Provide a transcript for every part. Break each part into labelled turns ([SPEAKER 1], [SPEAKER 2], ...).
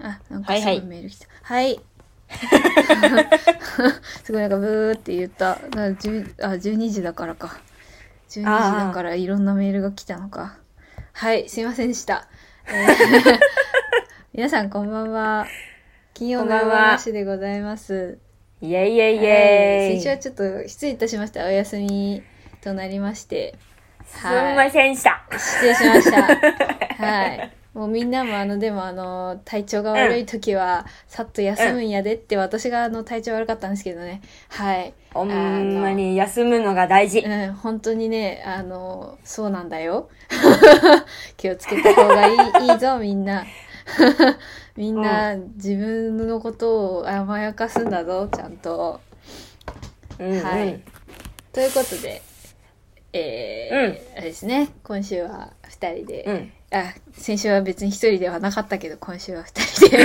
[SPEAKER 1] あ、なんか
[SPEAKER 2] は
[SPEAKER 1] すご
[SPEAKER 2] いはいい
[SPEAKER 1] メール来た。 はい。すごいなんかブーって言った。なんか10あ、12時だからか。12時だからいろんなメールが来たのか。はい、すいませんでした。え ー皆さんこんばんは。金曜の
[SPEAKER 2] こんばんは
[SPEAKER 1] 話でございます。
[SPEAKER 2] イェイイェイイェ
[SPEAKER 1] はい
[SPEAKER 2] イ。
[SPEAKER 1] 先週はちょっと失礼いたしました。お休みとなりまして。
[SPEAKER 2] すんませんでした。
[SPEAKER 1] 失礼しました。 はい。もうみんなもあの、でもあの、体調が悪い時は、さっと休むんやでって、私があの、体調悪かったんですけどね。はい。
[SPEAKER 2] ほんまに休むのが大事。
[SPEAKER 1] うん、本当にね、あの、そうなんだよ。 気をつけた方がいい、いいぞ、みんな。 みんな、自分のことを甘やかすんだぞ、ちゃんと。
[SPEAKER 2] うんうん。
[SPEAKER 1] はいということで、えー
[SPEAKER 2] うん
[SPEAKER 1] あれですね、今週は二人で、
[SPEAKER 2] うん。
[SPEAKER 1] あ、先週は別に一人ではなかったけど、今週は二人で、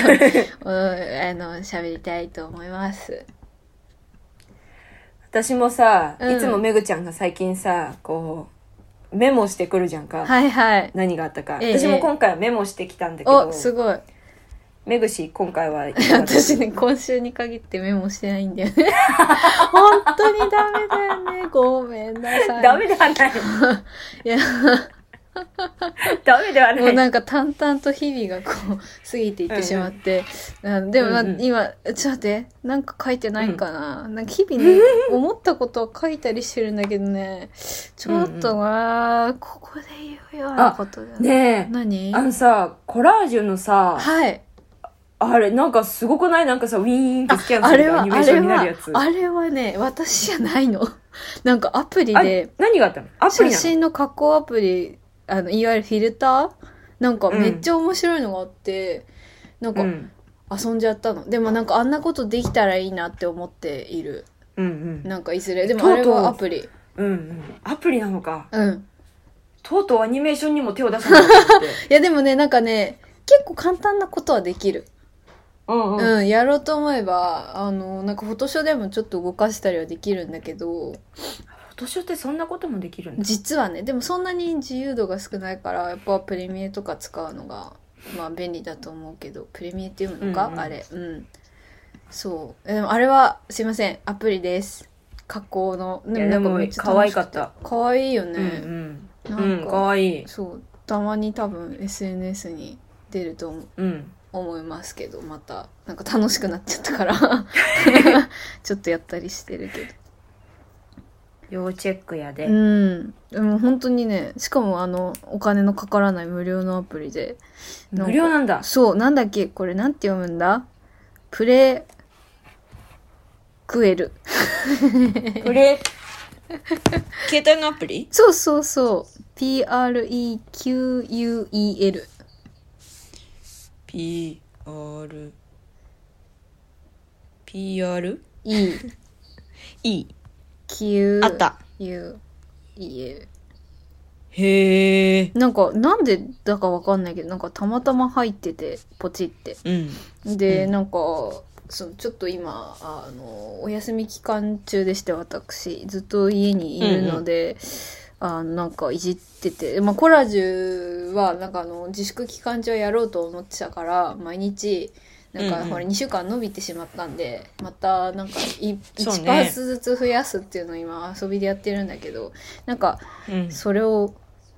[SPEAKER 1] うんあの、喋りたいと思います。
[SPEAKER 2] 私もさ、
[SPEAKER 1] うん
[SPEAKER 2] いつもめぐちゃんが最近さ、こう、メモしてくるじゃんか。
[SPEAKER 1] はいはい。
[SPEAKER 2] 何があったか。
[SPEAKER 1] ええ
[SPEAKER 2] 私も今回はメモしてきたんだけど
[SPEAKER 1] お、、すごい。
[SPEAKER 2] めぐし、今回は、
[SPEAKER 1] 私ね、今週に限ってメモしてないんだよね。本当にダメだよね。ごめんなさい。
[SPEAKER 2] ダメではない。
[SPEAKER 1] いや、
[SPEAKER 2] ダメでは
[SPEAKER 1] もう
[SPEAKER 2] ない。
[SPEAKER 1] なんか淡々と日々がこう、過ぎていってしまって。うんでもな、
[SPEAKER 2] うんうん
[SPEAKER 1] 今、ちょっと待って、なんか書いてないかな。なんか日々ね、思ったことは書いたりしてるんだけどね、ちょっとな、ここで言うようなことだね。
[SPEAKER 2] ねえ。
[SPEAKER 1] 何
[SPEAKER 2] あのさ、コラージュのさ、
[SPEAKER 1] はい。
[SPEAKER 2] あれ、なんかすごくないなんかさ、ウィーンってスキャン
[SPEAKER 1] あ
[SPEAKER 2] す
[SPEAKER 1] れ
[SPEAKER 2] る
[SPEAKER 1] は、
[SPEAKER 2] ア
[SPEAKER 1] あ
[SPEAKER 2] ニメーショ
[SPEAKER 1] れ
[SPEAKER 2] ンにな
[SPEAKER 1] は
[SPEAKER 2] るやつ。、
[SPEAKER 1] あれはね、私じゃないの。 なんかアプリ
[SPEAKER 2] あ
[SPEAKER 1] で、
[SPEAKER 2] 何があったのアプ
[SPEAKER 1] 写
[SPEAKER 2] リなの
[SPEAKER 1] 真の加工アプリ、あの、いわゆるフィルターなんかめっちゃ面白いのがあって、なんか、
[SPEAKER 2] うん
[SPEAKER 1] 遊んじゃったのでもなんかあんなことできたらいいなって思っている
[SPEAKER 2] うんうん
[SPEAKER 1] なんかいずれでも
[SPEAKER 2] と
[SPEAKER 1] あ
[SPEAKER 2] う
[SPEAKER 1] れ
[SPEAKER 2] とう
[SPEAKER 1] はアプリ
[SPEAKER 2] うんうんアプリなのか
[SPEAKER 1] うん
[SPEAKER 2] とうとうアニメーションにも手を出すんだと思って
[SPEAKER 1] いやでもねなんかね結構簡単なことはできる、
[SPEAKER 2] うん
[SPEAKER 1] うん
[SPEAKER 2] うん
[SPEAKER 1] やろうと思えばあのなんかフォトショーでもちょっと動かしたりはできるんだけど
[SPEAKER 2] フォトショーってそんなこともできるんだ
[SPEAKER 1] 実はねでもそんなに自由度が少ないからやっぱプレミアとか使うのがまあ便利だと思うけどプレミアって読むのか、
[SPEAKER 2] うんうん
[SPEAKER 1] あれうんそうえでもあれはすいませんアプリです加工の
[SPEAKER 2] いやでも
[SPEAKER 1] めっちゃ
[SPEAKER 2] 可愛
[SPEAKER 1] 楽し
[SPEAKER 2] かった
[SPEAKER 1] 可愛いよ
[SPEAKER 2] うんう
[SPEAKER 1] ね、
[SPEAKER 2] ん
[SPEAKER 1] なん
[SPEAKER 2] うん
[SPEAKER 1] か
[SPEAKER 2] かわいい
[SPEAKER 1] そうたまに多分 SNS に出ると思
[SPEAKER 2] うん
[SPEAKER 1] 思いますけどまたなんか楽しくなっちゃったから ちょっとやったりしてるけ
[SPEAKER 2] 要チェックや
[SPEAKER 1] ど
[SPEAKER 2] で
[SPEAKER 1] うんでも本当にねしかもあのお金のかからない無料のアプリでなんか
[SPEAKER 2] 無料なんだ
[SPEAKER 1] そうなんだっけこれなんて読むんだプレクエル
[SPEAKER 2] これ 携帯のアプリ
[SPEAKER 1] そうそうそう PREQUEL
[SPEAKER 2] PR PR
[SPEAKER 1] E
[SPEAKER 2] E
[SPEAKER 1] Q
[SPEAKER 2] あった
[SPEAKER 1] U E L
[SPEAKER 2] へえ
[SPEAKER 1] なんか、なんでだかわかんないけど、なんかたまたま入ってて、ポチって。
[SPEAKER 2] うん
[SPEAKER 1] で、
[SPEAKER 2] うん
[SPEAKER 1] なんか、そうちょっと今、あの、お休み期間中でして、私、ずっと家にいるので、あのなんかいじってて、まあ、コラージュは、なんかあの、自粛期間中やろうと思ってたから、毎日、なんか、
[SPEAKER 2] うんうん
[SPEAKER 1] ほら、2週間伸びてしまったんで、また、なんかい、
[SPEAKER 2] そう
[SPEAKER 1] 1
[SPEAKER 2] ね
[SPEAKER 1] パーツずつ増やすっていうのを今、遊びでやってるんだけど、なんか、
[SPEAKER 2] うん
[SPEAKER 1] それを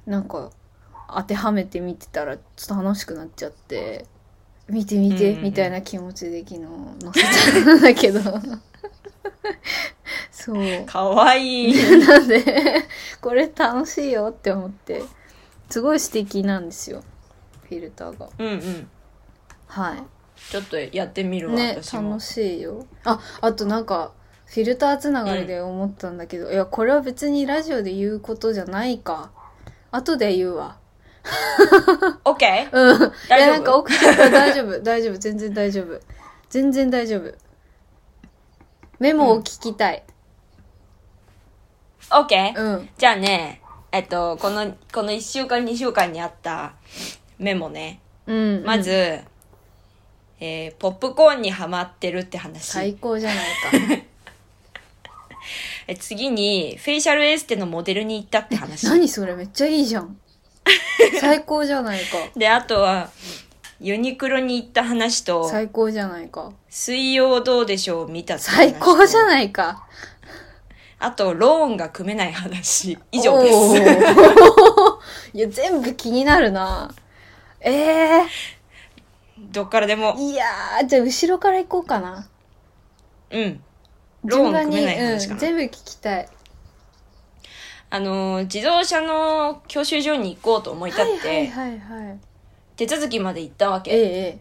[SPEAKER 1] なんか当てはめて見てたらちょっと楽しくなっちゃって見て見
[SPEAKER 2] うん
[SPEAKER 1] て
[SPEAKER 2] うんうん
[SPEAKER 1] みたいな気持ちで昨日載せたんだ けどそう
[SPEAKER 2] かわいい
[SPEAKER 1] なんでこれ楽しいよって思ってすごい素敵なんですよフィルターが
[SPEAKER 2] うんうん
[SPEAKER 1] はい
[SPEAKER 2] ちょっとやってみるわ、
[SPEAKER 1] ね
[SPEAKER 2] 私も
[SPEAKER 1] 楽。しいよああとなんかフィルターつながりで思ったんだけど、いやこれは別にラジオで言うことじゃないか後で言うわ
[SPEAKER 2] オッケー
[SPEAKER 1] うん。い
[SPEAKER 2] 大
[SPEAKER 1] や、
[SPEAKER 2] 丈夫
[SPEAKER 1] なんか奥さんが大丈夫、 大丈夫、全然大丈夫。全然大丈夫。メモを聞きたい。
[SPEAKER 2] オッケー
[SPEAKER 1] うん。
[SPEAKER 2] じゃあね、えっと、この、この1週間2週間にあったメモね。
[SPEAKER 1] うん。
[SPEAKER 2] まず、えーポップコーンにハマってるって
[SPEAKER 1] 最
[SPEAKER 2] 話。
[SPEAKER 1] 高じゃ ないか。
[SPEAKER 2] え次に、フェイシャルエステのモデルに行ったって 話。
[SPEAKER 1] 何それめっちゃいいじゃん。最高じゃないか。
[SPEAKER 2] で、あとは、ユニクロに行った話と、
[SPEAKER 1] 最高じゃないか。
[SPEAKER 2] 水曜どうでしょう見たって話
[SPEAKER 1] 最
[SPEAKER 2] と
[SPEAKER 1] 高じゃないか。
[SPEAKER 2] あと、ローンが組めない話。以上で
[SPEAKER 1] お
[SPEAKER 2] す。
[SPEAKER 1] ー いや、全部気になるな。ええ
[SPEAKER 2] どっからでも。
[SPEAKER 1] いやー、じゃあ後ろから行こうかな。
[SPEAKER 2] うん。ローン
[SPEAKER 1] 順番に
[SPEAKER 2] 組めない話か
[SPEAKER 1] うん、
[SPEAKER 2] な
[SPEAKER 1] 全部聞きたい。
[SPEAKER 2] あのー、自動車の教習所に行こうと思い立って、
[SPEAKER 1] はいはいはいはい。
[SPEAKER 2] 手続きまで行ったわ
[SPEAKER 1] ええ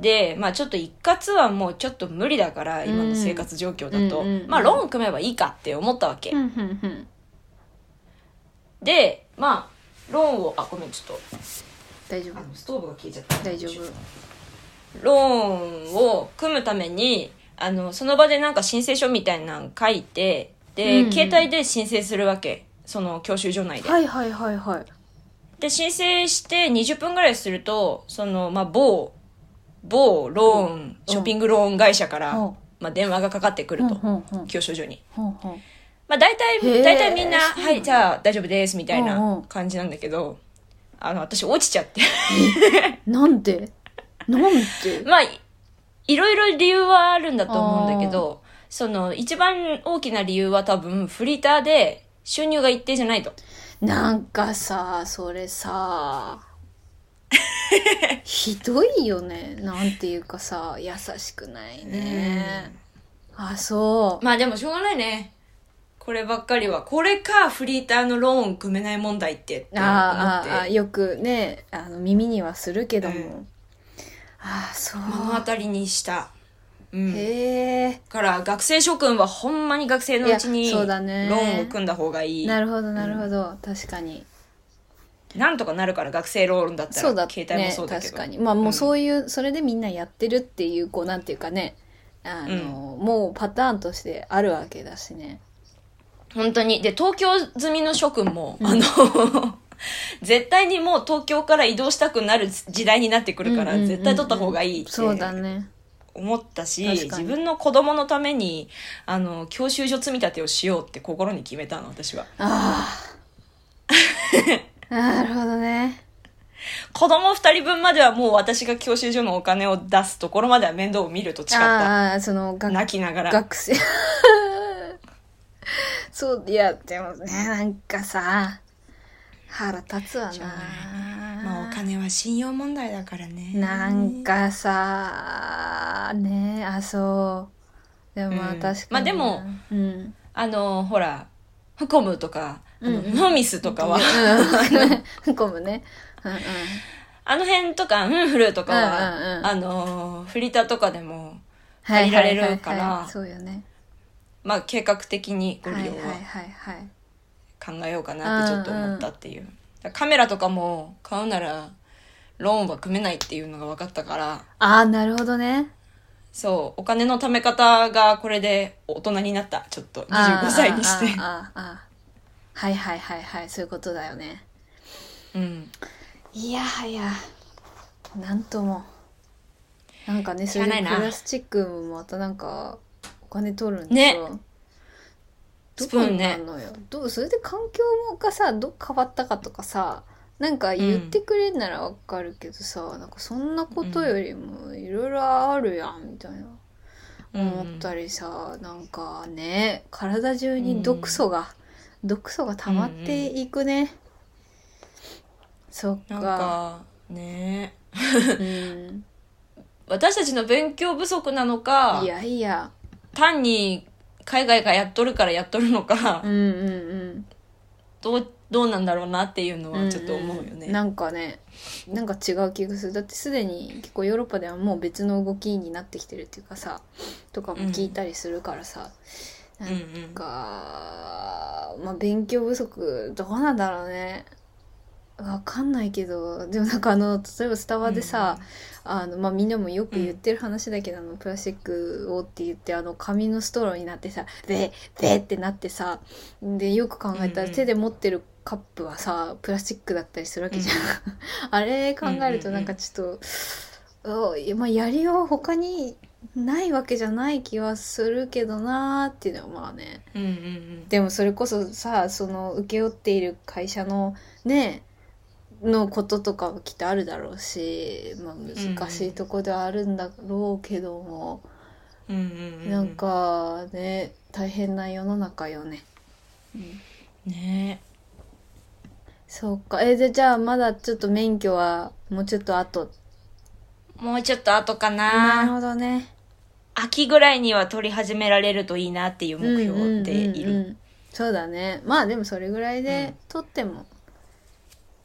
[SPEAKER 2] け。
[SPEAKER 1] え
[SPEAKER 2] で、まあちょっと一括はもうちょっと無理だから、今の生活状況だと。
[SPEAKER 1] うんうんうん
[SPEAKER 2] まあローン組めばいいかって思ったわけ。
[SPEAKER 1] え。うんうんうん。
[SPEAKER 2] で、まあ、ローンを、あ、ごめん、ちょっと、
[SPEAKER 1] 大丈
[SPEAKER 2] あ
[SPEAKER 1] 夫。
[SPEAKER 2] のストーブが消えちゃった。
[SPEAKER 1] 大丈夫。
[SPEAKER 2] ローンを組むためにあのその場でなんか申請書みたいなの書いてで、
[SPEAKER 1] うんうん
[SPEAKER 2] 携帯で申請するわけその教習所内で、
[SPEAKER 1] はいはいはいはい。
[SPEAKER 2] で申請して20分ぐらいするとその、まあ、某某ローン、ショッピングローン会社から、
[SPEAKER 1] うん
[SPEAKER 2] まあ、電話がかかってく
[SPEAKER 1] う
[SPEAKER 2] る
[SPEAKER 1] ん
[SPEAKER 2] と、
[SPEAKER 1] うんうん。
[SPEAKER 2] 教習所に。
[SPEAKER 1] ほんほん
[SPEAKER 2] まあ大体
[SPEAKER 1] へ、ー
[SPEAKER 2] 大体みんな、
[SPEAKER 1] そうなんだ
[SPEAKER 2] はい、じゃあ大丈夫です、みたい
[SPEAKER 1] うんう
[SPEAKER 2] なん感じなんだけど、あの、私落ちちゃって。
[SPEAKER 1] なんでなんで
[SPEAKER 2] まあ、いいろいろ理由はあるんだと思うんだけど、その、一番大きな理由は多分、フリーターで収入が一定じゃないと。
[SPEAKER 1] なんかさ、それさ、ひどいよね。なんていうかさ、優しくないね。あ、そう。
[SPEAKER 2] まあでもしょうがないね。こればっかりは。これか、フリーターのローン組めない問題って、って思
[SPEAKER 1] あー
[SPEAKER 2] って。
[SPEAKER 1] あーあー、よくね、あの耳にはするけども。
[SPEAKER 2] うん
[SPEAKER 1] ああ、そう。
[SPEAKER 2] 目の当たりにした。うん。だ
[SPEAKER 1] へえ。
[SPEAKER 2] から、学生諸君はほんまに学生のうち
[SPEAKER 1] い
[SPEAKER 2] に、
[SPEAKER 1] や
[SPEAKER 2] ロ
[SPEAKER 1] そう
[SPEAKER 2] ー
[SPEAKER 1] だね
[SPEAKER 2] ンを組んだ方がいい。
[SPEAKER 1] なるほど、なるほど。確かに。
[SPEAKER 2] なんとかなるから、学生ローンだったら。
[SPEAKER 1] そうだ
[SPEAKER 2] 携帯もそうだけど。
[SPEAKER 1] ね、確かにまあもう
[SPEAKER 2] うん
[SPEAKER 1] そういう、それでみんなやってるっていうこうなんていうかねあの、もうパターンとしてあるわけだしね
[SPEAKER 2] 本当に。で、東京済みの諸君も、あの、絶対にもう東京から移動したくなる時代になってくるから、
[SPEAKER 1] うんうんうんうん
[SPEAKER 2] 絶対取った方がいいって
[SPEAKER 1] そうだね
[SPEAKER 2] 思ったし、
[SPEAKER 1] 確か
[SPEAKER 2] 自
[SPEAKER 1] に
[SPEAKER 2] 分の子供のために、あの、教習所積み立てをしようって心に決めたの、私は。
[SPEAKER 1] あ あなるほどね
[SPEAKER 2] 子供二人分まではもう私が教習所のお金を出すところまでは面倒を見ると誓った。
[SPEAKER 1] ああその学
[SPEAKER 2] 泣きながら。
[SPEAKER 1] 学生 そういやでもねなんかさ腹立つわ
[SPEAKER 2] しょう
[SPEAKER 1] な
[SPEAKER 2] がまあお金は信用問題だからね。
[SPEAKER 1] なんかさねえあそうでもまあ
[SPEAKER 2] う
[SPEAKER 1] 確
[SPEAKER 2] ん
[SPEAKER 1] かにね、
[SPEAKER 2] まあでも
[SPEAKER 1] うん
[SPEAKER 2] あの、ほら、フコムとか、あの
[SPEAKER 1] うんうん
[SPEAKER 2] ノミスとかは、
[SPEAKER 1] うんコムねうんうん
[SPEAKER 2] あの辺とか、うん、フルとかは、
[SPEAKER 1] うんうんうん
[SPEAKER 2] あのー、フリーターとかでも、
[SPEAKER 1] はいはいはい
[SPEAKER 2] 借りられるから
[SPEAKER 1] はいそうよね
[SPEAKER 2] まあ、計画的にご
[SPEAKER 1] はい
[SPEAKER 2] 利
[SPEAKER 1] はい
[SPEAKER 2] 用は
[SPEAKER 1] はいはい
[SPEAKER 2] 考えようかなってちょっと思ったっていう。だからカメラとかも買うなら、ローンは組めないっていうのが分かったから、
[SPEAKER 1] ああなるほどね
[SPEAKER 2] そう、お金の貯め方がこれで大人になった。ちょっと、25歳にして。
[SPEAKER 1] あーあーあーあーはいはいはいはいそういうことだよね
[SPEAKER 2] うん。
[SPEAKER 1] いやはやなんともなんかねそれ
[SPEAKER 2] しゃあ
[SPEAKER 1] で
[SPEAKER 2] ないな
[SPEAKER 1] プラスチックもまたなんかお金取るんでしょ、ど
[SPEAKER 2] スプー
[SPEAKER 1] う
[SPEAKER 2] ンね
[SPEAKER 1] なのよどうそれで環境がさどう変わったかとかさなんか言ってくれんならわかるけどさ、なんかそんなことよりもいろいろあるやんみたいな、思ったりさなんかね体中に毒素が、毒素が溜まっていくね、そっ
[SPEAKER 2] なん
[SPEAKER 1] か
[SPEAKER 2] か、ね
[SPEAKER 1] うん、
[SPEAKER 2] 私たちの勉強不足なのか
[SPEAKER 1] い、やいや
[SPEAKER 2] 単に海外がやっとるからやっとるのか、
[SPEAKER 1] うんうんうん
[SPEAKER 2] どうどうなんだろうなっていうの
[SPEAKER 1] うんう
[SPEAKER 2] は
[SPEAKER 1] ん
[SPEAKER 2] ちょっと思うよね。
[SPEAKER 1] なんかねなんか違う気がするだってすでに結構ヨーロッパではもう別の動きになってきてるっていうかさとかも聞いたりするからさ、
[SPEAKER 2] うん
[SPEAKER 1] なん
[SPEAKER 2] うん、
[SPEAKER 1] か、まあ、勉強不足どうなんだろうねわかんないけどでもなんかあの例えばスタバでさ、あのまあ、みんなもよく言ってる話だけど、あのプラスチックをって言ってあの紙のストローになってさベッベッってなってさでよく考えた
[SPEAKER 2] うん
[SPEAKER 1] ら
[SPEAKER 2] うん
[SPEAKER 1] 手で持ってるカップはさプラスチックだったりするわけじゃん、あれ考えるとなんかちょっと、おまあ、やりようは他にないわけじゃない気はするけどなーっていうのはまあね、
[SPEAKER 2] うんうんうん
[SPEAKER 1] でもそれこそさその請け負っている会社のねのこととかもきっとあるだろうし、まあ、難しいとこではあるんだろうけども、
[SPEAKER 2] うんうんうん
[SPEAKER 1] なんかね大変な世の中よね。
[SPEAKER 2] ね
[SPEAKER 1] そうかえでじゃあまだちょっと免許はもうちょっと後
[SPEAKER 2] もうちょっと後か
[SPEAKER 1] なる
[SPEAKER 2] な
[SPEAKER 1] ほどね
[SPEAKER 2] 秋ぐらいには取り始められるといいなっていう目標でい
[SPEAKER 1] うんうんう
[SPEAKER 2] る
[SPEAKER 1] んうんそうだねまあでもそれぐらいで取っても、
[SPEAKER 2] うん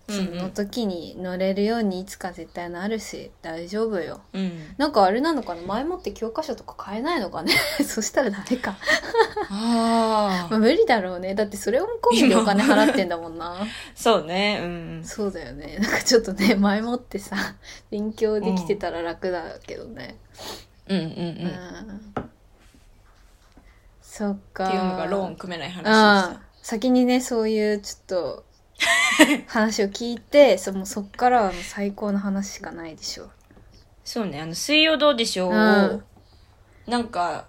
[SPEAKER 1] その時に乗れるようにいつか絶対なるし大丈夫よ
[SPEAKER 2] うん
[SPEAKER 1] なんかあれなのかな前もって教科書とか変えないのかね そしたらダメか、
[SPEAKER 2] あ
[SPEAKER 1] まあ、無理だろうねだってそれも込みでお金払ってんだもんな
[SPEAKER 2] あ そうねうん
[SPEAKER 1] そうだよねなんかちょっとね前もってさ 勉強できてたら楽だけどね
[SPEAKER 2] うんうんうん
[SPEAKER 1] うん、
[SPEAKER 2] っ
[SPEAKER 1] そってか
[SPEAKER 2] いうのがローン組めない話で
[SPEAKER 1] あ
[SPEAKER 2] し
[SPEAKER 1] あ先にねそういうちょっ と話を聞いてそもうそっからはもう最高の話しかないでしょう
[SPEAKER 2] たそうねあの「水曜どうでしょう」を
[SPEAKER 1] うん
[SPEAKER 2] なんか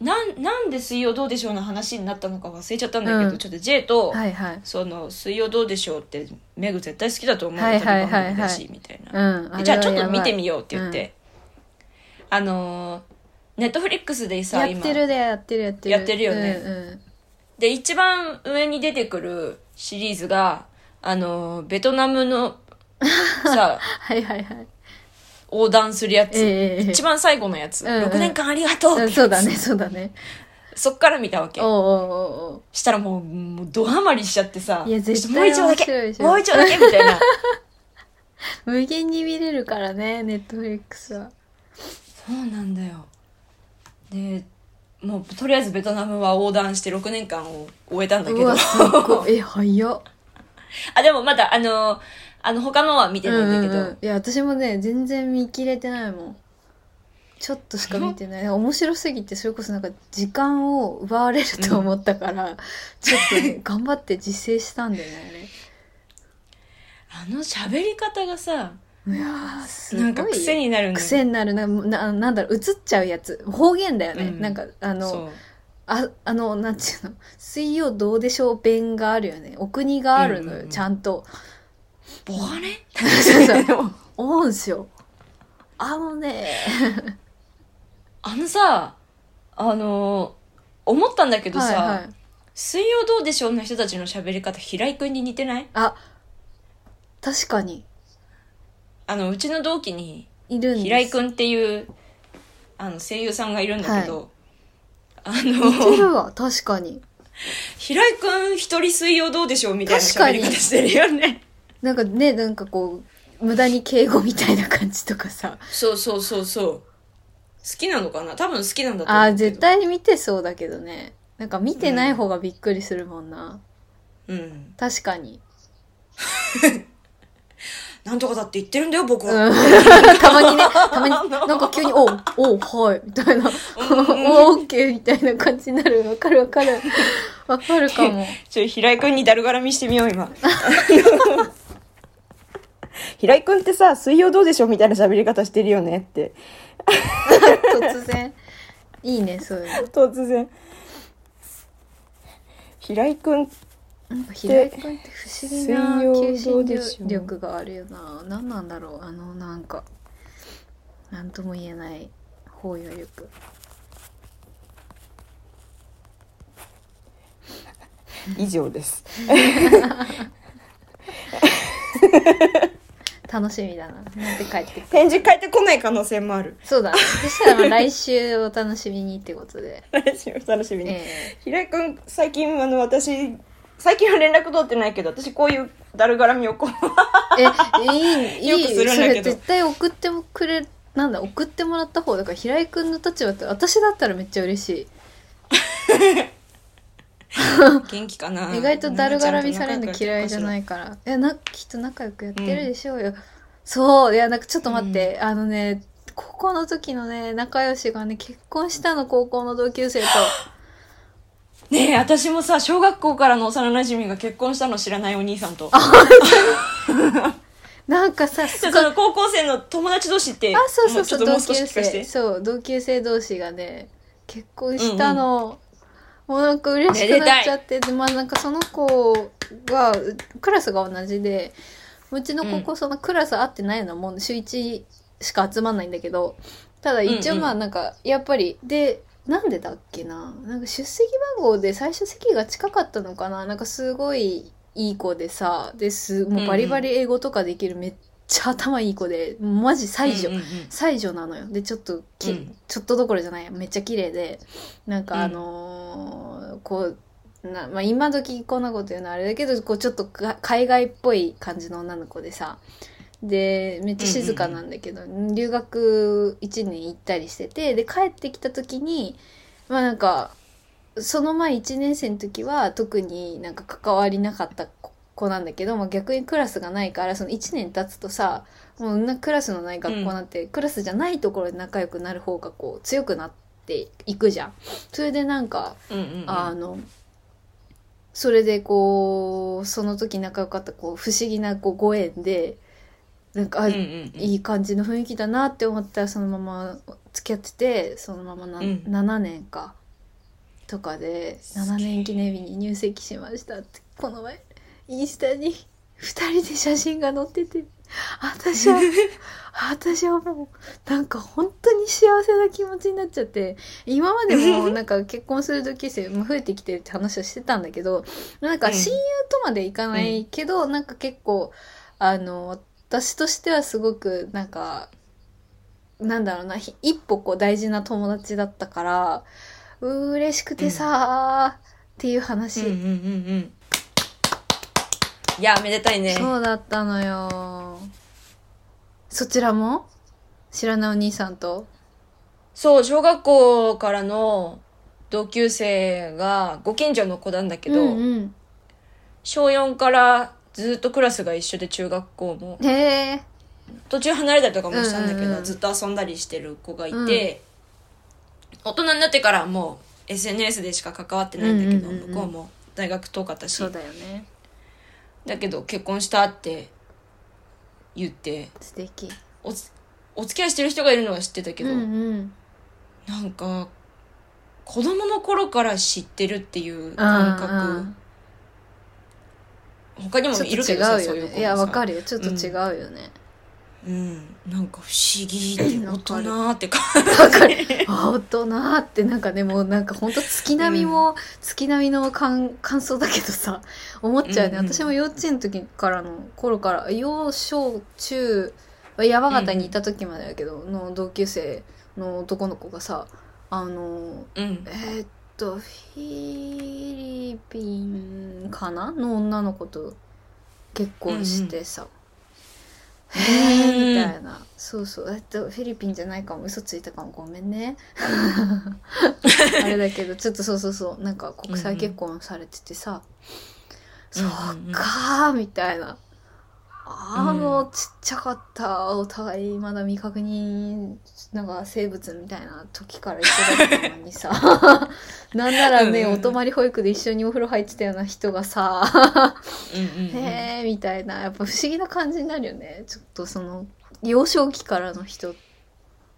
[SPEAKER 2] なんなんで「水曜どうでしょう」の話になったのか忘れちゃったんだけど、
[SPEAKER 1] うん
[SPEAKER 2] ちょっと J と、
[SPEAKER 1] はいはい
[SPEAKER 2] その「水曜どうでしょう」ってメグ絶対好きだと思うよ
[SPEAKER 1] はいはいはいはい
[SPEAKER 2] テレビ番組だしみたいな、
[SPEAKER 1] うん
[SPEAKER 2] でじゃあちょっと見てみ
[SPEAKER 1] よ
[SPEAKER 2] ようって言って、あのネットフリックスでさ
[SPEAKER 1] やっ
[SPEAKER 2] 今
[SPEAKER 1] てるでやってるやってる
[SPEAKER 2] やってるよね
[SPEAKER 1] うんうん
[SPEAKER 2] で一番上に出てくるシリーズがあのベトナムの さ
[SPEAKER 1] はいはいはい
[SPEAKER 2] 横断するや
[SPEAKER 1] ええ
[SPEAKER 2] つ、
[SPEAKER 1] ええ
[SPEAKER 2] 一番最後のやつ、
[SPEAKER 1] うんうん
[SPEAKER 2] 6年間ありがとうって
[SPEAKER 1] う
[SPEAKER 2] や
[SPEAKER 1] ん
[SPEAKER 2] つ
[SPEAKER 1] そうだねそうだね
[SPEAKER 2] そっから見たわけ
[SPEAKER 1] おうおうおう
[SPEAKER 2] したらもうもうドハマりしちゃってさ
[SPEAKER 1] いや絶
[SPEAKER 2] もう
[SPEAKER 1] 対
[SPEAKER 2] 一話だ
[SPEAKER 1] 面白い
[SPEAKER 2] け
[SPEAKER 1] でしょ
[SPEAKER 2] もう一話だけみたい な
[SPEAKER 1] おう無限に見れるからねネットフリックスは
[SPEAKER 2] そうなんだよでもうとりあえずベトナムは横断して6年間を終えたんだけ
[SPEAKER 1] う
[SPEAKER 2] ど
[SPEAKER 1] わすっごいえ早っ
[SPEAKER 2] あ、でもまだ、あの、あの、他のは見てないんだけど、
[SPEAKER 1] うんうんうんいや私もね全然見切れてないもんちょっとしか見てない面白すぎてそれこそなんか時間を奪われると思ったから、ちょっとね 頑張って自制したんだよね
[SPEAKER 2] あの喋り方がさ、
[SPEAKER 1] あれいやーすごい
[SPEAKER 2] なんか癖になるんだよ
[SPEAKER 1] 癖になるなななんだろう映っちゃうやつ方言だよね、
[SPEAKER 2] うん
[SPEAKER 1] なんかあ
[SPEAKER 2] そ
[SPEAKER 1] の
[SPEAKER 2] う。
[SPEAKER 1] ああのなんていうの水曜どうでしょう弁があるよねお国があるのよ、
[SPEAKER 2] うんうんうん
[SPEAKER 1] ちゃんと
[SPEAKER 2] ボワレ
[SPEAKER 1] そうそう
[SPEAKER 2] でも
[SPEAKER 1] 思うんすよあのね
[SPEAKER 2] あのさ、あの、思ったんだけどさ、
[SPEAKER 1] はいはい
[SPEAKER 2] 水曜どうでしょうの人たちの喋り方、平井くんに似てない
[SPEAKER 1] あ確かに
[SPEAKER 2] あの、うちの同期に、
[SPEAKER 1] いるんです
[SPEAKER 2] 平井くんっていう、あの、声優さんがいるんだけど、
[SPEAKER 1] 似て
[SPEAKER 2] あの、
[SPEAKER 1] るわ確かに
[SPEAKER 2] 平井くん一人水曜どうでしょうみたいな
[SPEAKER 1] 確か
[SPEAKER 2] 喋
[SPEAKER 1] に
[SPEAKER 2] り方してるよね。
[SPEAKER 1] なんかねなんかこう無駄に敬語みたいな感じとか さ
[SPEAKER 2] そうそうそうそう。好きなのかな多分好きなんだと思う
[SPEAKER 1] あ
[SPEAKER 2] け
[SPEAKER 1] ー
[SPEAKER 2] ど。
[SPEAKER 1] 絶対見てそうだけどねなんか見てない方がびっくりするもんな、
[SPEAKER 2] うん。
[SPEAKER 1] 確かに、
[SPEAKER 2] なんとかだって言ってるんだよ、僕
[SPEAKER 1] うん、
[SPEAKER 2] は。
[SPEAKER 1] たまにねたまになんか急に「おうおうはい」み たいな「おうオッケー」みたいな感じになるわかるわかるわかるかも
[SPEAKER 2] ちょ、平井くんにだるがらみしてみよ う、今。平井くんってさ、水曜どうでしょうみたいな喋り方してるよねって。
[SPEAKER 1] 突然いいねそういうの
[SPEAKER 2] 突然。平井くん、
[SPEAKER 1] なんか平井君って不思議な求
[SPEAKER 2] 水
[SPEAKER 1] 心
[SPEAKER 2] 曜どうでしょう
[SPEAKER 1] 力があるよな何なんだろうあのなんか何とも言えない包容力
[SPEAKER 2] 以上です。
[SPEAKER 1] 楽しみだななんて帰ってくる
[SPEAKER 2] 返事返ってこない可能性もあ る。
[SPEAKER 1] そうだねそしたらまあ来週お楽しみにってことで、
[SPEAKER 2] 来週お楽しみに。
[SPEAKER 1] え
[SPEAKER 2] 平井くん、最近、あの、私、最近は連絡取ってないけど、私こういうだるがらみをこう、
[SPEAKER 1] ー、えいいい
[SPEAKER 2] よくするん
[SPEAKER 1] い
[SPEAKER 2] だ
[SPEAKER 1] そ
[SPEAKER 2] けど
[SPEAKER 1] れ絶対送ってもくれなんだ送ってもらった方だから平井君の立場って私だったらめっちゃ嬉しい
[SPEAKER 2] 元気かな
[SPEAKER 1] 意外とだるがらみされるの嫌いじゃないいからいやなきっと仲良くやってるでしょうよ、そういやなんかちょっと待って、あのね高校の時のね仲良しがね結婚したの高校の同級 生と
[SPEAKER 2] ねえ私もさ小学校からの幼馴染が結婚したの知らないお兄さんと
[SPEAKER 1] なんかさす
[SPEAKER 2] で
[SPEAKER 1] ご
[SPEAKER 2] そ
[SPEAKER 1] いあ
[SPEAKER 2] の高校生の友達同士って
[SPEAKER 1] そうそうそう
[SPEAKER 2] もちょっとも
[SPEAKER 1] 同
[SPEAKER 2] う少し
[SPEAKER 1] 級
[SPEAKER 2] 聞かせ
[SPEAKER 1] 生
[SPEAKER 2] て
[SPEAKER 1] そう同級生同士がね結婚したの、もうなんか嬉しくなっちゃってでまあなんかその子がうクラスが同じでうちのここそのクラス合ってないようなもん、週1しか集まんないんだけど、ただ一応
[SPEAKER 2] うんうん
[SPEAKER 1] まあなんか、やっぱり、で、なんでだっけななんか出席番号で最初席が近かったのかななんかすごいいい子でさ、です、もうバリバリ英語とかできるめっちゃ頭いい子で、マジ最女
[SPEAKER 2] うんうんうん
[SPEAKER 1] 才女なのよでちょっとき、
[SPEAKER 2] うん
[SPEAKER 1] ちょっとどころじゃないめっちゃ綺麗でなん
[SPEAKER 2] うん
[SPEAKER 1] かあのーこうな、まあ、今時こんなこと言うのはあれだけどこうちょっとか海外っぽい感じの女の子でさでめっちゃ静かなんだけど、留学1年行ったりしててで帰ってきた時にまあなんかその前1年生の時は特になんか関わりなかった子子なんだけど、まあ、逆にクラスがないからその1年経つとさもうなクラスのない学校なんて、クラスじゃないところで仲良くなる方がこう強くなっていくじゃん。それでなんか
[SPEAKER 2] うんうんうん
[SPEAKER 1] あの、それでこう、その時仲良かったこう、不思議なこうご縁で、なんか、あ
[SPEAKER 2] うんうんうん
[SPEAKER 1] いい感じの雰囲気だなって思ったら、そのまま付き合ってて、そのままな、
[SPEAKER 2] うん
[SPEAKER 1] 7年か、とかで、
[SPEAKER 2] すげえ
[SPEAKER 1] 7年記念日に入籍しましたって、この前、インスタに2人で写真が載ってて、私 は、私はもう、なんか本当に幸せな気持ちになっちゃって、今までもなんか結婚する同級生も増えてきてるって話をしてたんだけど、なん
[SPEAKER 2] う
[SPEAKER 1] か
[SPEAKER 2] ん
[SPEAKER 1] 親友とまでいかないけど、なんか結構、あの、私としてはすごくなんか、なんだろうな、ひ一歩こう大事な友達だったから、うー嬉しくてさー、っていう話、
[SPEAKER 2] うんうんうんうんいやめでたいね
[SPEAKER 1] そうだったのよ。そちらも知らないお兄さんと
[SPEAKER 2] そう小学校からの同級生がご近所の子なんだけど、
[SPEAKER 1] うん
[SPEAKER 2] 小4からずっとクラスが一緒で中学校も
[SPEAKER 1] うん、へえ。
[SPEAKER 2] 途中離れたりとかもしたんだ
[SPEAKER 1] う
[SPEAKER 2] けど、
[SPEAKER 1] んうんうん
[SPEAKER 2] ずっと遊んだりしてる子がいて、大人になってからはもう SNS でしか関わってないんだけど、
[SPEAKER 1] うんうんうんうん
[SPEAKER 2] 向こうも大学遠かったし
[SPEAKER 1] そうだよね。
[SPEAKER 2] だけど結婚したって言って
[SPEAKER 1] 素敵。
[SPEAKER 2] おつお付き合いしてる人がいるのは知ってたけど、
[SPEAKER 1] うん。
[SPEAKER 2] なんか子供の頃から知ってるっていう感覚他にも
[SPEAKER 1] ちょ
[SPEAKER 2] いる
[SPEAKER 1] っと
[SPEAKER 2] け
[SPEAKER 1] 違
[SPEAKER 2] どさ
[SPEAKER 1] う
[SPEAKER 2] そう
[SPEAKER 1] よ
[SPEAKER 2] いう子も
[SPEAKER 1] ね。
[SPEAKER 2] さ
[SPEAKER 1] いや、わかるよ。ちょっと違うよね。
[SPEAKER 2] うんなんか不思議って
[SPEAKER 1] わ
[SPEAKER 2] 大
[SPEAKER 1] かる
[SPEAKER 2] 人って感
[SPEAKER 1] わかる。あ、大人ってなんかね、もうなんかほんと月並みも、月並みの感感想だけどさ、思っちゃうね。
[SPEAKER 2] うんうん
[SPEAKER 1] 私も幼稚園の時からの頃から、幼少中、山形にいた時までだけど、の同級生の男の子がさ、あの、
[SPEAKER 2] じうん
[SPEAKER 1] えーっと、フィリピンかなの女の子と結婚してさ。
[SPEAKER 2] うんうん
[SPEAKER 1] へえみたいな。そうそう。えっと、フィリピンじゃないかも、嘘ついたかも、ごめんね。あれだけど、ちょっとそうそうそう、なんか国際結婚されててさ、
[SPEAKER 2] うんうん
[SPEAKER 1] そうかー、みたいな。ああ、
[SPEAKER 2] うん
[SPEAKER 1] もうちっちゃかった。お互いまだ未確認、なんか生物みたいな時から一緒だったのにさ。なんならね、
[SPEAKER 2] うんうん
[SPEAKER 1] お泊まり保育で一緒にお風呂入ってたような人がさ、
[SPEAKER 2] うんうんうん
[SPEAKER 1] へえ、みたいな、やっぱ不思議な感じになるよね。ちょっとその、幼少期からの人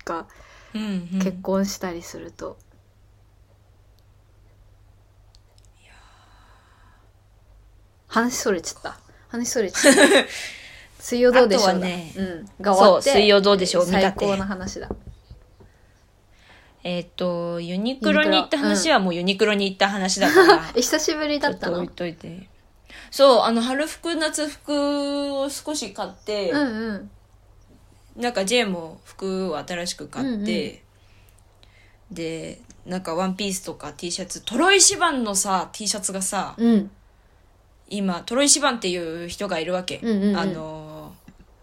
[SPEAKER 1] が
[SPEAKER 2] うんうん
[SPEAKER 1] 結婚したりすると。話それちゃった。話それちゃった。 水曜どうでしょうだ
[SPEAKER 2] あとはね
[SPEAKER 1] うん。が終わって。
[SPEAKER 2] そう水曜どうでしょう見たって
[SPEAKER 1] 最高な話だ。
[SPEAKER 2] えーっとユニクロに行った話はもうユニクロに行った話だから
[SPEAKER 1] え、久しぶり
[SPEAKER 2] ち
[SPEAKER 1] だ
[SPEAKER 2] ょ
[SPEAKER 1] っ
[SPEAKER 2] ったと
[SPEAKER 1] のう
[SPEAKER 2] 置
[SPEAKER 1] ん
[SPEAKER 2] いといてそうあの春服夏服を少し買って、
[SPEAKER 1] うん。
[SPEAKER 2] なんか J も服を新しく買って、でなんかワンピースとか T シャツトロイシバンのさ T シャツがさ
[SPEAKER 1] うん。
[SPEAKER 2] 今トロイシバンっていう人がいるわけ、
[SPEAKER 1] うんうんうん
[SPEAKER 2] あの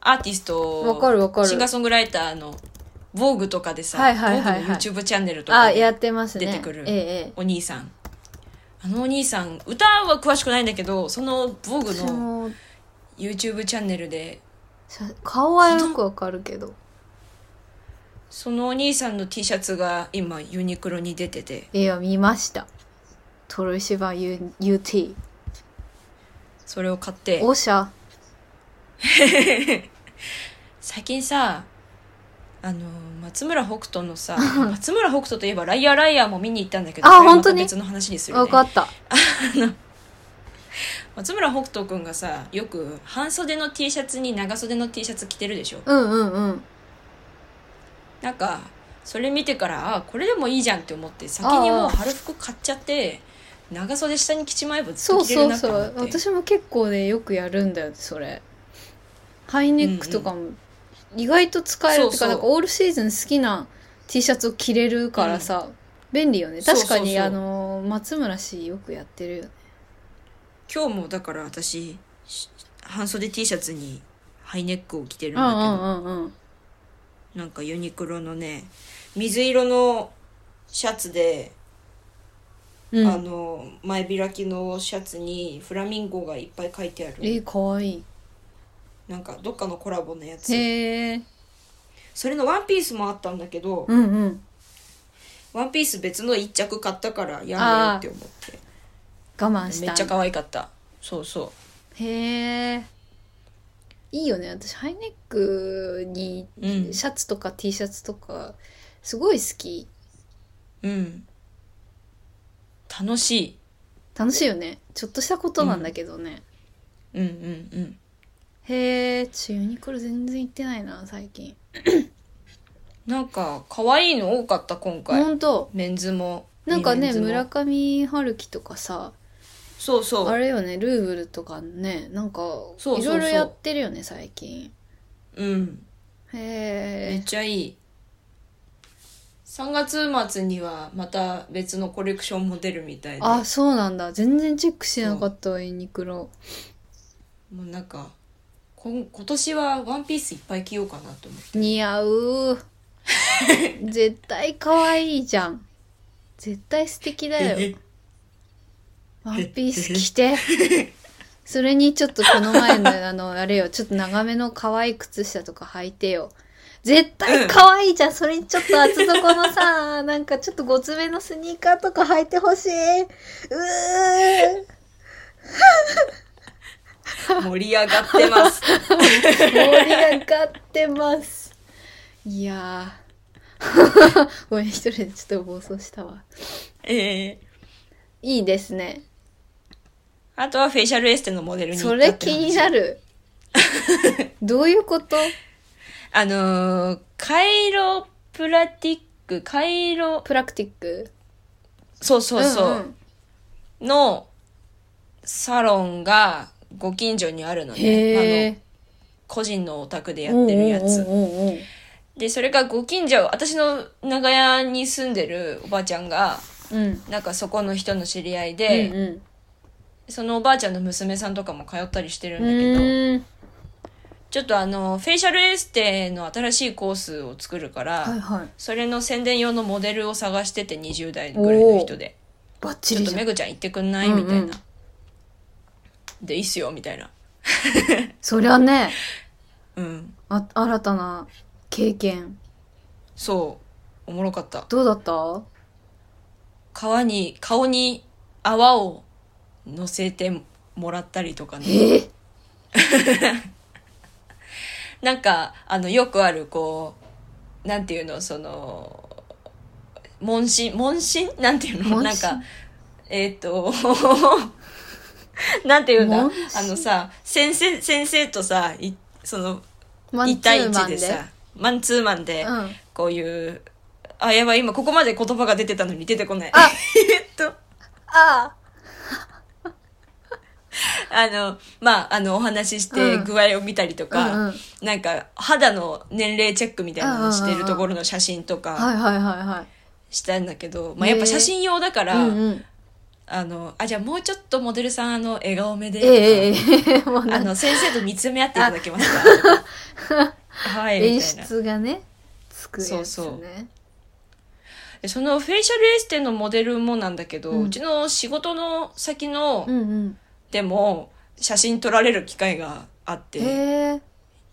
[SPEAKER 2] アーティスト
[SPEAKER 1] わかるわかる
[SPEAKER 2] シンガーソングライターの「v o g とかでさ、
[SPEAKER 1] はいはいはいはい
[SPEAKER 2] Vogue の YouTube チャンネルとか
[SPEAKER 1] あ、
[SPEAKER 2] で
[SPEAKER 1] やってますね。
[SPEAKER 2] 出てくる
[SPEAKER 1] ええええ。
[SPEAKER 2] お兄さんあのお兄さん歌は詳しくないんだけどその「v o g
[SPEAKER 1] 私
[SPEAKER 2] の
[SPEAKER 1] も
[SPEAKER 2] YouTube チャンネルで
[SPEAKER 1] さ顔はよくわかるけど。
[SPEAKER 2] そのお兄さんの T シャツが今ユニクロに出てて
[SPEAKER 1] いや、見ました。トロイシバン U- UT。
[SPEAKER 2] それを買って
[SPEAKER 1] オシャ。
[SPEAKER 2] 最近さあの松村北斗のさ 松村北斗といえば「ライアーライアー」も見に行ったんだけど
[SPEAKER 1] あ
[SPEAKER 2] これまた
[SPEAKER 1] 本当に
[SPEAKER 2] 別の話にする、ね、
[SPEAKER 1] わかった。
[SPEAKER 2] 松村北斗くんがさよく半袖の T シャツに長袖の T シャツ着てるでしょ
[SPEAKER 1] うんうんうん
[SPEAKER 2] なんかそれ見てからあこれでもいいじゃんって思って先にもう春服買っちゃって長袖下に着ちまえばずっ
[SPEAKER 1] そ
[SPEAKER 2] と
[SPEAKER 1] う
[SPEAKER 2] 着れる
[SPEAKER 1] そう
[SPEAKER 2] なと
[SPEAKER 1] そ
[SPEAKER 2] 思っ
[SPEAKER 1] う
[SPEAKER 2] て
[SPEAKER 1] 私も結構ねよくやるんだよねそれハイネックとかも意外と使えるって
[SPEAKER 2] そうそ
[SPEAKER 1] か
[SPEAKER 2] う
[SPEAKER 1] なんかオールシーズン好きな T シャツを着れるからさ便利よね
[SPEAKER 2] そうそうそ
[SPEAKER 1] 確
[SPEAKER 2] う
[SPEAKER 1] かにあの松村氏よくやってるよね
[SPEAKER 2] 今日もだから私し半袖 T シャツにハイネックを着てるん
[SPEAKER 1] う
[SPEAKER 2] だけど、
[SPEAKER 1] んうんうんうん
[SPEAKER 2] なんかユニクロのね水色のシャツで、
[SPEAKER 1] う
[SPEAKER 2] あ
[SPEAKER 1] ん
[SPEAKER 2] の前開きのシャツにフラミンゴがいっぱい書いてあ
[SPEAKER 1] え
[SPEAKER 2] る
[SPEAKER 1] ー、かわい
[SPEAKER 2] なんかどっかのコラボのや
[SPEAKER 1] い
[SPEAKER 2] つ
[SPEAKER 1] へえ
[SPEAKER 2] それのワンピースもあったんだけど、
[SPEAKER 1] うんうん
[SPEAKER 2] ワンピース別の一着買ったからやめようって思って
[SPEAKER 1] 我慢した
[SPEAKER 2] めっちゃ可愛かったそうそう
[SPEAKER 1] へえいいよね私ハイネックに
[SPEAKER 2] うん
[SPEAKER 1] シャツとか T シャツとかすごい好き
[SPEAKER 2] うん楽しい
[SPEAKER 1] 楽しいよねちょっとしたことなんだけどね、
[SPEAKER 2] うんうんうん
[SPEAKER 1] へえちょユニクロ全然行ってないな最近
[SPEAKER 2] なんか可愛いの多かった今回、
[SPEAKER 1] ほんと
[SPEAKER 2] メンズも
[SPEAKER 1] なんか
[SPEAKER 2] メン
[SPEAKER 1] ね
[SPEAKER 2] ズも
[SPEAKER 1] 村上春樹とかさ
[SPEAKER 2] そうそう
[SPEAKER 1] あれよねルーブルとかねなんか
[SPEAKER 2] そうそう
[SPEAKER 1] いろいろやってるよね最近
[SPEAKER 2] うんめ
[SPEAKER 1] へ
[SPEAKER 2] っちゃいい3月末にはまた別のコレクションも出るみたい
[SPEAKER 1] え
[SPEAKER 2] で
[SPEAKER 1] あそうなんだ全然チェックしてなかったわユニクロ
[SPEAKER 2] もうなんかこん今年はワンピースいっぱい着ようかなと思って
[SPEAKER 1] 似合う 絶対可愛いじゃん絶対素敵だ よワンピース着てそれにちょっとこの前のあのあれよちょっと長めの可愛い靴下とか履いてよ絶対可愛いじゃん、それにちょっと厚底のさなんかちょっとごつめのスニーカーとか履いてほしいうー
[SPEAKER 2] 盛り上がってます
[SPEAKER 1] 盛り上がってますいやー ごめん一人でちょっと暴走したわ
[SPEAKER 2] ええ
[SPEAKER 1] いいですね
[SPEAKER 2] あとはフェイシャルエステのモデルに行
[SPEAKER 1] そ
[SPEAKER 2] った
[SPEAKER 1] れ
[SPEAKER 2] って話
[SPEAKER 1] 気にな るどういうこと
[SPEAKER 2] あのーカイロプラティックカイロ
[SPEAKER 1] プラクティック
[SPEAKER 2] そうそうそう、
[SPEAKER 1] んん
[SPEAKER 2] のサロンがご近所にあるの
[SPEAKER 1] へ
[SPEAKER 2] ねあの
[SPEAKER 1] え
[SPEAKER 2] 個人のお宅でやってるやつ
[SPEAKER 1] おうおうおうおう
[SPEAKER 2] でそれがご近所私の長屋に住んでるおばあちゃんが
[SPEAKER 1] うん
[SPEAKER 2] なんかそこの人の知り合い
[SPEAKER 1] うん
[SPEAKER 2] で、
[SPEAKER 1] うん
[SPEAKER 2] そのおばあちゃんの娘さんとかも通ったりしてるん
[SPEAKER 1] う
[SPEAKER 2] だけど、
[SPEAKER 1] ーん
[SPEAKER 2] ちょっとあのフェイシャルエステの新しいコースを作るから、
[SPEAKER 1] はいはい
[SPEAKER 2] それの宣伝用のモデルを探してて20代ぐらいの人で
[SPEAKER 1] バッチ
[SPEAKER 2] ちょっ
[SPEAKER 1] リ
[SPEAKER 2] と
[SPEAKER 1] じゃ
[SPEAKER 2] め
[SPEAKER 1] ん
[SPEAKER 2] ぐちゃん行ってくんない、みたい
[SPEAKER 1] うんうん
[SPEAKER 2] なでいいっすよみたいな
[SPEAKER 1] そりゃね
[SPEAKER 2] うん
[SPEAKER 1] あ新たな経験
[SPEAKER 2] そうおもろかった
[SPEAKER 1] どうだった
[SPEAKER 2] 川に顔に泡を乗せてもらったりとかね
[SPEAKER 1] ええ
[SPEAKER 2] なんかあのよくあるこうなんていうのその問診問診なんていうの
[SPEAKER 1] 問診
[SPEAKER 2] なんかえっ、と なんていうんだあ
[SPEAKER 1] 問診
[SPEAKER 2] のさ先生先生とさいその
[SPEAKER 1] マ
[SPEAKER 2] 一
[SPEAKER 1] ンツ
[SPEAKER 2] 対
[SPEAKER 1] ー
[SPEAKER 2] 一
[SPEAKER 1] マン
[SPEAKER 2] で
[SPEAKER 1] で
[SPEAKER 2] さマンツーマンで
[SPEAKER 1] うん
[SPEAKER 2] こういう、あやばい今ここまで言葉が出てたのに出てこない
[SPEAKER 1] あ
[SPEAKER 2] えっと
[SPEAKER 1] あ
[SPEAKER 2] あのまああのお話しして
[SPEAKER 1] うん
[SPEAKER 2] 具合を見たりとか、
[SPEAKER 1] うんうん
[SPEAKER 2] なんか肌の年齢チェックみたいなのをし
[SPEAKER 1] う
[SPEAKER 2] て
[SPEAKER 1] んうんう
[SPEAKER 2] る
[SPEAKER 1] ん
[SPEAKER 2] ところの写真とか、
[SPEAKER 1] はいはいはいは
[SPEAKER 2] したんだけど、まあ、やっぱ写真用だか
[SPEAKER 1] い
[SPEAKER 2] ら、
[SPEAKER 1] うんうん
[SPEAKER 2] あのあじゃあもうちょっとモデルさんあの笑顔目でと
[SPEAKER 1] え
[SPEAKER 2] か、
[SPEAKER 1] えええもう
[SPEAKER 2] あ
[SPEAKER 1] なんか
[SPEAKER 2] の先生と見つめ合っていただけますか はいみ
[SPEAKER 1] 演
[SPEAKER 2] たいな
[SPEAKER 1] 出がねつくやつ
[SPEAKER 2] そうそう
[SPEAKER 1] ね
[SPEAKER 2] でそのフェイシャルエステのモデルもなんだけど、
[SPEAKER 1] う
[SPEAKER 2] うんちの仕事の先の、
[SPEAKER 1] うんうん
[SPEAKER 2] でも写真撮られる機会があって
[SPEAKER 1] へえ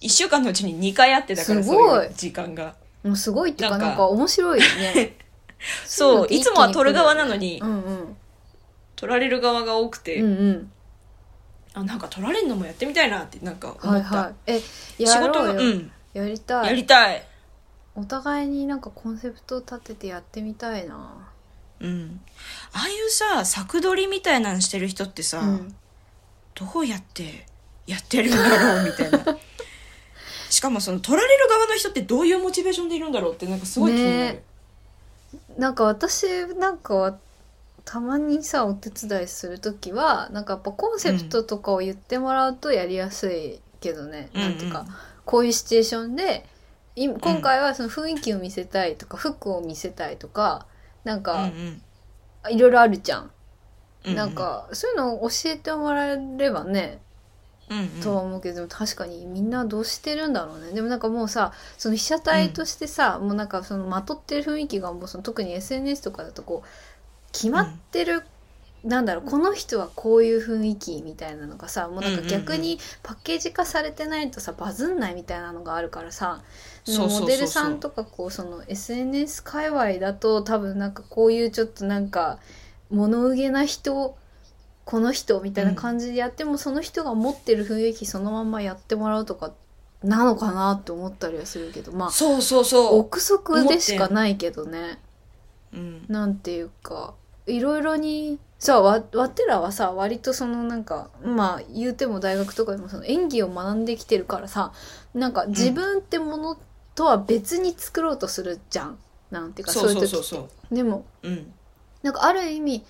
[SPEAKER 2] 1週間のうちに2回あってだから
[SPEAKER 1] すごい
[SPEAKER 2] そういう時間が
[SPEAKER 1] もうすごいっていうかな
[SPEAKER 2] なんか
[SPEAKER 1] んか面白いね
[SPEAKER 2] そう
[SPEAKER 1] う
[SPEAKER 2] いつもは撮る側なのに、
[SPEAKER 1] うんうん
[SPEAKER 2] 撮られる側が多くて、
[SPEAKER 1] うんうん
[SPEAKER 2] あなんか撮られるのもやってみたいなってなんか思った、
[SPEAKER 1] はいはいえ
[SPEAKER 2] 仕
[SPEAKER 1] や
[SPEAKER 2] 事
[SPEAKER 1] ろ
[SPEAKER 2] が
[SPEAKER 1] うよ、
[SPEAKER 2] うん
[SPEAKER 1] やりた
[SPEAKER 2] や
[SPEAKER 1] い
[SPEAKER 2] りたい
[SPEAKER 1] お互いになんかコンセプト立ててやってみたいな
[SPEAKER 2] うん、ああいうさ作撮りみたいなのしてる人ってさ、
[SPEAKER 1] うん
[SPEAKER 2] どうやってやってるんだろうみた いなしかもその取られる側の人ってどういうモチベーションでいるんだろうってなんかすごい気になる、
[SPEAKER 1] ねなんか私なんかはたまにさお手伝いする時はなんかやっぱコンセプトとかを言ってもらうとやりやすいけどね、
[SPEAKER 2] うん
[SPEAKER 1] なんていうか、
[SPEAKER 2] うんう
[SPEAKER 1] こういうシチュエーションでい今回はその雰囲気を見せたいとか服を見せたいとかなん
[SPEAKER 2] うん
[SPEAKER 1] か
[SPEAKER 2] うん
[SPEAKER 1] いろいろあるじゃん、
[SPEAKER 2] うう
[SPEAKER 1] なんかそういうのを教えてもらえればね、
[SPEAKER 2] うんうん
[SPEAKER 1] とは思うけどでも確かにみんなどうしてるんだろうねでもなんかもうさその被写体としてさ、もうなんかそのまとってる雰囲気がもうその特に SNS とかだとこう決まってる、なんだろうこの人はこういう雰囲気みたいなのがさもうなんか逆にパッケージ化されてないとさバズんないみたいなのがあるからさ
[SPEAKER 2] そうそうそうそう
[SPEAKER 1] モデルさんとかこうその SNS 界隈だと多分なんかこういうちょっとなんか物憂げな人この人みたいな感じでやっても、その人が持ってる雰囲気そのまんまやってもらうとかなのかなって思ったりはするけどまあ
[SPEAKER 2] そうそうそ
[SPEAKER 1] 憶測でしかないけどね
[SPEAKER 2] う、うん、
[SPEAKER 1] なんていうかいろいろにさわわてらはさ割とそのなんかまあ言うても大学とかでもその演技を学んできてるからさなんか自分ってものとは別に作ろうとするじゃん、なんていうか
[SPEAKER 2] そうそう
[SPEAKER 1] 時
[SPEAKER 2] そう
[SPEAKER 1] って
[SPEAKER 2] そう
[SPEAKER 1] でも
[SPEAKER 2] うん
[SPEAKER 1] なんかある意味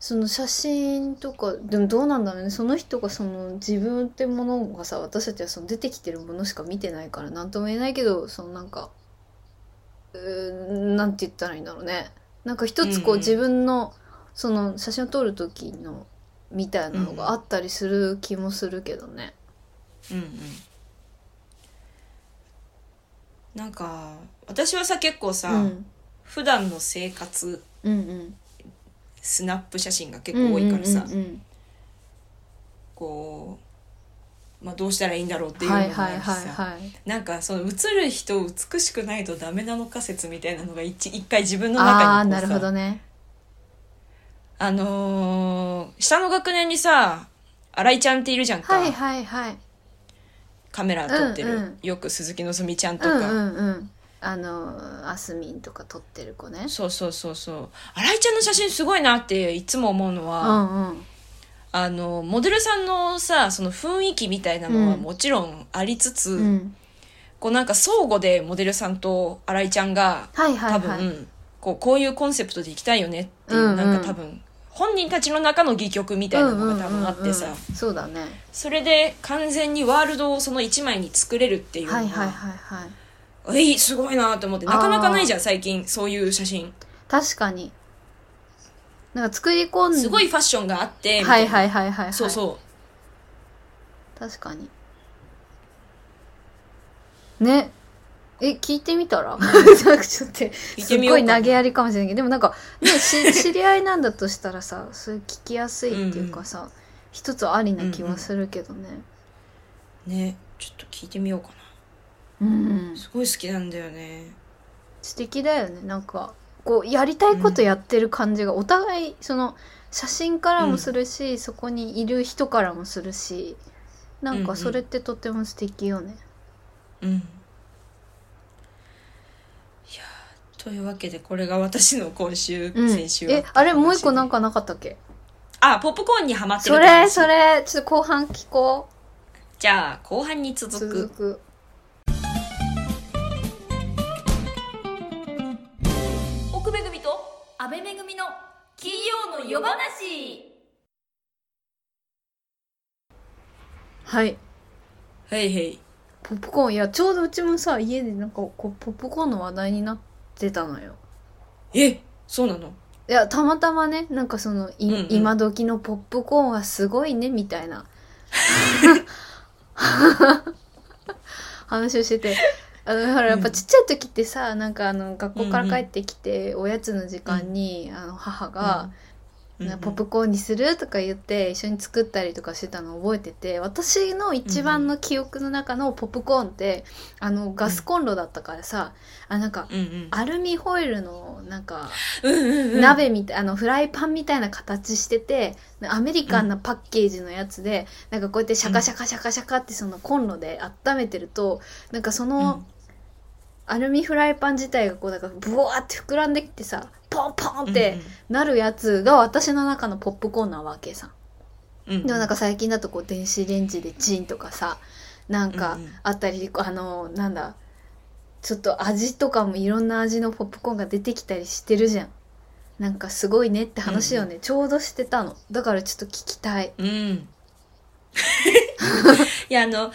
[SPEAKER 1] その写真とかでもどうなんだろうねその人がその自分ってものがさ私たちはその出てきてるものしか見てないから何とも言えないけどそのなんかうーんなんて言ったらいいんだろうねなんか一つこ
[SPEAKER 2] うんう
[SPEAKER 1] うん自分のその写真を撮る時のみたいなのがあったりする気もするけどね。
[SPEAKER 2] うんうんなんか私はさ結構
[SPEAKER 1] う
[SPEAKER 2] さ、
[SPEAKER 1] ん
[SPEAKER 2] 普段の生活
[SPEAKER 1] うんうん
[SPEAKER 2] スナップ写真が結
[SPEAKER 1] うん
[SPEAKER 2] 構
[SPEAKER 1] う
[SPEAKER 2] 多
[SPEAKER 1] ん
[SPEAKER 2] いからさ、
[SPEAKER 1] うん
[SPEAKER 2] こう、まあ、どうしたらいいんだろうっていうのもあ
[SPEAKER 1] は
[SPEAKER 2] る
[SPEAKER 1] い
[SPEAKER 2] しさ、
[SPEAKER 1] はいはいはい。
[SPEAKER 2] なんかその写る人美しくないとダメなの仮説みたいなのが一一回自分の
[SPEAKER 1] ああー
[SPEAKER 2] 中に
[SPEAKER 1] な
[SPEAKER 2] こ
[SPEAKER 1] る
[SPEAKER 2] う
[SPEAKER 1] ほ
[SPEAKER 2] さ
[SPEAKER 1] どね。
[SPEAKER 2] あのー下の学年にさ新井ちゃんっているじゃんか、
[SPEAKER 1] はいはいはい。
[SPEAKER 2] カメラ撮ってる、
[SPEAKER 1] うんうん
[SPEAKER 2] よく鈴木のぞみちゃんと
[SPEAKER 1] う
[SPEAKER 2] か、
[SPEAKER 1] んうんうんあのアスミンとか撮ってる子ね
[SPEAKER 2] そうそうそうそう新井ちゃんの写真すごいなっていつも思うの
[SPEAKER 1] う
[SPEAKER 2] は、
[SPEAKER 1] んうん
[SPEAKER 2] あのモデルさんのさその雰囲気みたいなのは
[SPEAKER 1] うん
[SPEAKER 2] もちろんありつつ、
[SPEAKER 1] うん
[SPEAKER 2] こうなんか相互でモデルさんと新井ちゃんが
[SPEAKER 1] はいはい
[SPEAKER 2] 多分、
[SPEAKER 1] はい
[SPEAKER 2] こうこういうコンセプトでいきたいよねっていう、
[SPEAKER 1] うんうん
[SPEAKER 2] なんか多分本人たちの中の戯曲みたいなのが多分あってさ、
[SPEAKER 1] うんうんうんうんそうだね
[SPEAKER 2] それで完全にワールドをその一枚に作れるっていうのは,、
[SPEAKER 1] はいはいはいはい
[SPEAKER 2] えいすごいなと思ってなかなかないじゃん最近そういう写真
[SPEAKER 1] 確かになんか作り込んです
[SPEAKER 2] ごいファッションがあってみ
[SPEAKER 1] は
[SPEAKER 2] たい
[SPEAKER 1] い
[SPEAKER 2] な
[SPEAKER 1] はいはいはいはい
[SPEAKER 2] そうそう
[SPEAKER 1] 確かにねえ聞いてみたらなんか ちょっと待って
[SPEAKER 2] いて
[SPEAKER 1] す
[SPEAKER 2] みよ
[SPEAKER 1] ご
[SPEAKER 2] う
[SPEAKER 1] い
[SPEAKER 2] かな
[SPEAKER 1] 投げやりかもしれないけどでもなんか、ね、し 知り合いなんだとしたらさそれ聞きやすいっていうかさ、一つありな気はするけどね
[SPEAKER 2] ねちょっと聞いてみようか
[SPEAKER 1] うん、
[SPEAKER 2] なすごい好きなんだよね
[SPEAKER 1] 素敵だよねなんかこうやりたいことやってる感じがお互いその写真からもするし、そこにいる人からもするしなんかそれってとても素敵よね、
[SPEAKER 2] うんいやーというわけでこれが私の今週、
[SPEAKER 1] うん
[SPEAKER 2] 先週
[SPEAKER 1] えあれもう一個なん
[SPEAKER 2] か
[SPEAKER 1] かなかったっけ
[SPEAKER 2] あポップコーンにハマってる
[SPEAKER 1] そ
[SPEAKER 2] って
[SPEAKER 1] れ
[SPEAKER 2] 話
[SPEAKER 1] それちょっと後半聞こ
[SPEAKER 2] じゃあ後半に
[SPEAKER 1] う
[SPEAKER 2] 続く
[SPEAKER 1] 続く
[SPEAKER 2] 奥めぐみと安倍めぐみの金曜の夜話
[SPEAKER 1] はい
[SPEAKER 2] はいはい
[SPEAKER 1] ポップコーンいやちょうどうちもさ家でなんかこうポップコーンの話題になってたのよ
[SPEAKER 2] えそうなの
[SPEAKER 1] いやたまたまねなんかそのい、
[SPEAKER 2] うんうん
[SPEAKER 1] 今時のポップコーンはすごいねみたいな話をしててあのほらやっぱちっちゃい時ってさ、なんかあの学校から帰ってきて、おやつの時間に、あの母が、なポップコーンにするとか言って一緒に作ったりとかしてたのを覚えてて私の一番の記憶の中のポップコーンって、あのガスコンロだったからさあなんか
[SPEAKER 2] うんうん
[SPEAKER 1] アルミホイルのなんか。
[SPEAKER 2] うんうんうん
[SPEAKER 1] 鍋みたいあのフライパンみたいな形しててアメリカンなパッケージのやつで、なんかこうやってシャカシャカシャカシャカってそのコンロで温めてるとなんかそのアルミフライパン自体がこうなんかブワーって膨らんできてさポンポンってなるやつが私の中のポップコーンなわけさ。
[SPEAKER 2] うん
[SPEAKER 1] でもなんか最近だとこう電子レンジでチンとかさなんか
[SPEAKER 2] うんうん
[SPEAKER 1] あったり、あのなんだちょっと味とかもいろんな味のポップコーンが出てきたりしてるじゃんなんかすごいねって話をね、ちょうどしてたのだからちょっと聞きたい
[SPEAKER 2] うん いやあの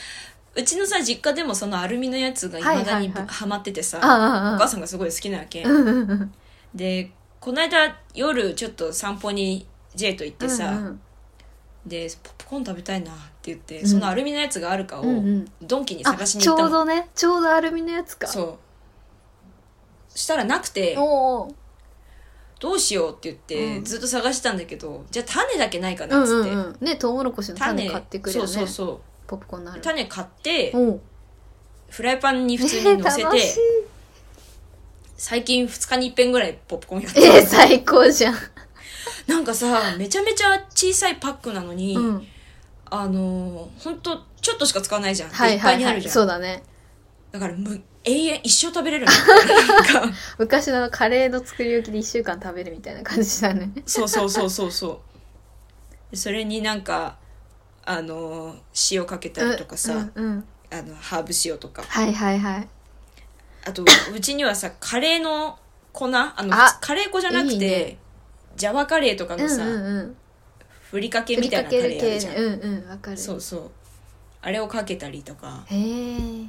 [SPEAKER 2] うちのさ実家でもそのアルミのやつがいまだに
[SPEAKER 1] はいはいはい
[SPEAKER 2] ハマっててさ、お
[SPEAKER 1] あああ
[SPEAKER 2] 母
[SPEAKER 1] あ
[SPEAKER 2] さんがすごい好きなわけ、
[SPEAKER 1] うんうんうん
[SPEAKER 2] でこの間夜ちょっと散歩に J と行ってさ、
[SPEAKER 1] うんうん
[SPEAKER 2] でポップコーン食べたいなって言って、
[SPEAKER 1] うん
[SPEAKER 2] そのアルミのやつがあるかを
[SPEAKER 1] うんうん
[SPEAKER 2] ドンキに
[SPEAKER 1] あ
[SPEAKER 2] 探しに
[SPEAKER 1] ち
[SPEAKER 2] 行っ
[SPEAKER 1] ょ
[SPEAKER 2] た
[SPEAKER 1] う
[SPEAKER 2] の、
[SPEAKER 1] どねちょうどアルミのやつか
[SPEAKER 2] そうしたらなくて
[SPEAKER 1] おう
[SPEAKER 2] どうしようって言って、
[SPEAKER 1] うん
[SPEAKER 2] ずっと探してたんだけどじゃあ種だけないか
[SPEAKER 1] おう
[SPEAKER 2] な
[SPEAKER 1] う
[SPEAKER 2] っつ
[SPEAKER 1] ん
[SPEAKER 2] って、
[SPEAKER 1] うんうんねトウモロコシの種買ってくるよね
[SPEAKER 2] そうそうそ
[SPEAKER 1] ポップコーンのあ
[SPEAKER 2] う
[SPEAKER 1] る
[SPEAKER 2] 種買って
[SPEAKER 1] おう
[SPEAKER 2] フライパンに普通
[SPEAKER 1] え
[SPEAKER 2] に
[SPEAKER 1] ー
[SPEAKER 2] 乗せ て、
[SPEAKER 1] 楽しい
[SPEAKER 2] 最近2日に一遍ぐらいポップコーンやってる
[SPEAKER 1] えー、最高じゃん、
[SPEAKER 2] なんかさめちゃめちゃ小さいパックなのに、
[SPEAKER 1] うん、
[SPEAKER 2] あのーほんとちょっとしか使わないじゃん、で
[SPEAKER 1] はいい
[SPEAKER 2] っぱ
[SPEAKER 1] はいい
[SPEAKER 2] にあ
[SPEAKER 1] は
[SPEAKER 2] る
[SPEAKER 1] い
[SPEAKER 2] じゃん
[SPEAKER 1] そうだね
[SPEAKER 2] だからむ永遠一生食べれる のなんか
[SPEAKER 1] 昔のあのカレーの作り置きで1週間食べるみたいな感じだね。
[SPEAKER 2] そうそうそうそうそうそれになんかあのー塩かけたりとか
[SPEAKER 1] う
[SPEAKER 2] さ、
[SPEAKER 1] んうんうん
[SPEAKER 2] あのハーブ塩とか
[SPEAKER 1] はいはいはい。
[SPEAKER 2] あとうちにはさカレーの粉あの
[SPEAKER 1] あ
[SPEAKER 2] カレー粉じゃなくて
[SPEAKER 1] いいね
[SPEAKER 2] ジャワカレーとか
[SPEAKER 1] うん
[SPEAKER 2] の
[SPEAKER 1] う
[SPEAKER 2] さ、
[SPEAKER 1] んうん。
[SPEAKER 2] ふりかけ
[SPEAKER 1] ふり
[SPEAKER 2] みたい
[SPEAKER 1] か
[SPEAKER 2] なカ
[SPEAKER 1] け
[SPEAKER 2] レ
[SPEAKER 1] る
[SPEAKER 2] ーある
[SPEAKER 1] 系
[SPEAKER 2] じゃ
[SPEAKER 1] ね。
[SPEAKER 2] ん、
[SPEAKER 1] うんうん、わかる。
[SPEAKER 2] そうそうあれをかけたりとか
[SPEAKER 1] へえ。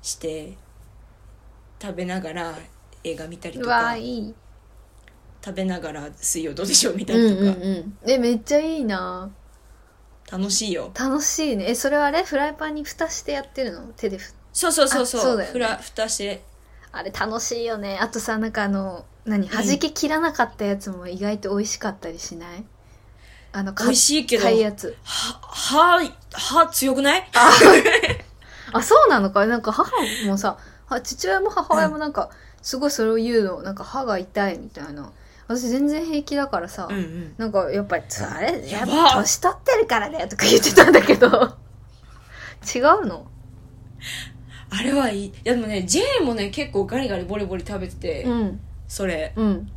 [SPEAKER 2] して食べながら映画見たり
[SPEAKER 1] う
[SPEAKER 2] と
[SPEAKER 1] わ
[SPEAKER 2] か
[SPEAKER 1] ーいい。
[SPEAKER 2] 食べながら水曜どうでしょう見た
[SPEAKER 1] うん
[SPEAKER 2] りとか、
[SPEAKER 1] うんうん。え、めっちゃいいな
[SPEAKER 2] 楽しいよ
[SPEAKER 1] 楽しいね。え、それはあれフライパンに蓋してやってるの手でふ
[SPEAKER 2] そうそうそうそう
[SPEAKER 1] あそうだよね
[SPEAKER 2] ふら蓋して
[SPEAKER 1] あれ楽しいよね。あとさ、なんかあの、何弾け切らなかったやつも意外と美味しかったりしないあの、
[SPEAKER 2] 美味しいけど
[SPEAKER 1] 硬いやつ。
[SPEAKER 2] は歯歯強くない
[SPEAKER 1] あ、そうなのかなんか母もさ、は父親も母親もなんか、すごいそれを言うの、なんか歯が痛いみたいな。私全然平気だからさ、
[SPEAKER 2] うんうん
[SPEAKER 1] なんかやっぱり、あれ、や
[SPEAKER 2] や
[SPEAKER 1] っ
[SPEAKER 2] ば
[SPEAKER 1] ぱ年取ってるからだよとか言ってたんだけど、 違うの
[SPEAKER 2] あれはいいいやでもね J もね結構ガリガリボリボリ食べてて、
[SPEAKER 1] うん。
[SPEAKER 2] それ
[SPEAKER 1] うん。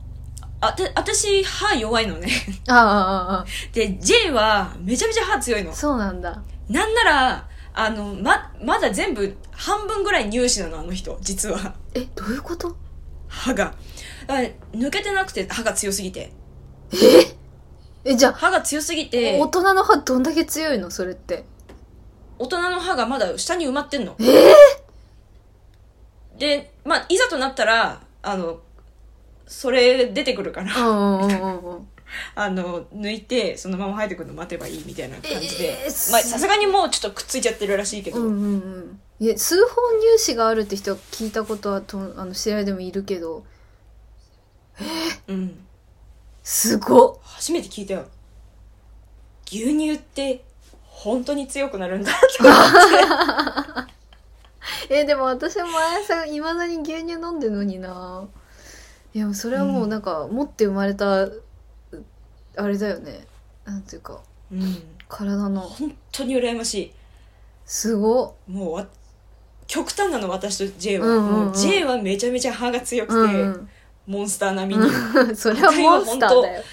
[SPEAKER 2] あて私歯弱いのね
[SPEAKER 1] ああ、ああ、あ
[SPEAKER 2] で J はめちゃめちゃ歯強いの
[SPEAKER 1] あ。そうなんだ。
[SPEAKER 2] なんならあのままだ全部半分ぐらい乳歯なのあの人実は
[SPEAKER 1] え、どういうこと
[SPEAKER 2] 歯がだから抜けてなくて歯が強すぎて
[SPEAKER 1] え、じゃあ、
[SPEAKER 2] 歯が強すぎて
[SPEAKER 1] 大人の歯どんだけ強いのそれって。
[SPEAKER 2] 大人の歯がまだ下に埋まってんのでまあいざとなったらあのそれ出てくるから
[SPEAKER 1] うんうんうんうんうん。
[SPEAKER 2] あの抜いてそのまま生えてくるの待てばいいみたいな感じで、
[SPEAKER 1] えー
[SPEAKER 2] まあさすがにもうちょっとくっついちゃってるらしいけど、
[SPEAKER 1] うんうんうんいや数本入試があるって人は聞いたことはとあの知り合いでもいるけど
[SPEAKER 2] うん
[SPEAKER 1] すごっ
[SPEAKER 2] 初めて聞いたよ牛乳って本当に強くなるんだ
[SPEAKER 1] えでも私も毎朝いまだに牛乳飲んでるのにないやそれはもううんなんか、持って生まれたうあれだよねなんていうか
[SPEAKER 2] うん
[SPEAKER 1] 体の
[SPEAKER 2] 本当に羨まし
[SPEAKER 1] すご
[SPEAKER 2] いもうわ極端なの私と J は、
[SPEAKER 1] うんうんうん
[SPEAKER 2] もう J はめちゃめちゃ歯が強
[SPEAKER 1] っ、
[SPEAKER 2] くて、
[SPEAKER 1] うん
[SPEAKER 2] モンスター並みに、
[SPEAKER 1] うん、それはモンスターだよ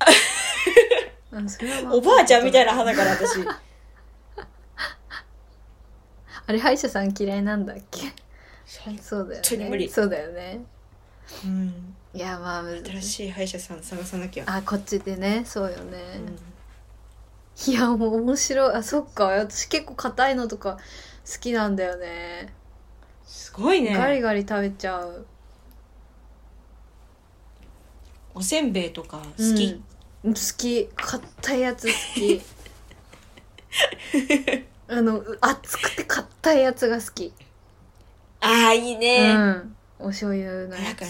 [SPEAKER 1] あそれはモンスター
[SPEAKER 2] おばあちゃんみたいな歯だから私
[SPEAKER 1] あれ歯医者さん嫌いなんだっけ
[SPEAKER 2] 本
[SPEAKER 1] そうだよね
[SPEAKER 2] 本当に無理
[SPEAKER 1] そうだよね
[SPEAKER 2] うん
[SPEAKER 1] いやまあ難
[SPEAKER 2] 新しい歯医者さん探さなきゃ、
[SPEAKER 1] あこっちでねそうよね、
[SPEAKER 2] うん
[SPEAKER 1] いやもう面白いあそっか私結構硬いのとか好きなんだよね
[SPEAKER 2] すごいね
[SPEAKER 1] ガリガリ食べちゃう
[SPEAKER 2] おせんべいとか好き、
[SPEAKER 1] うん、好き硬いやつ好 きあのう熱くて硬いやつが好き、
[SPEAKER 2] ああいいね、
[SPEAKER 1] うんお醤油の
[SPEAKER 2] だ
[SPEAKER 1] や
[SPEAKER 2] から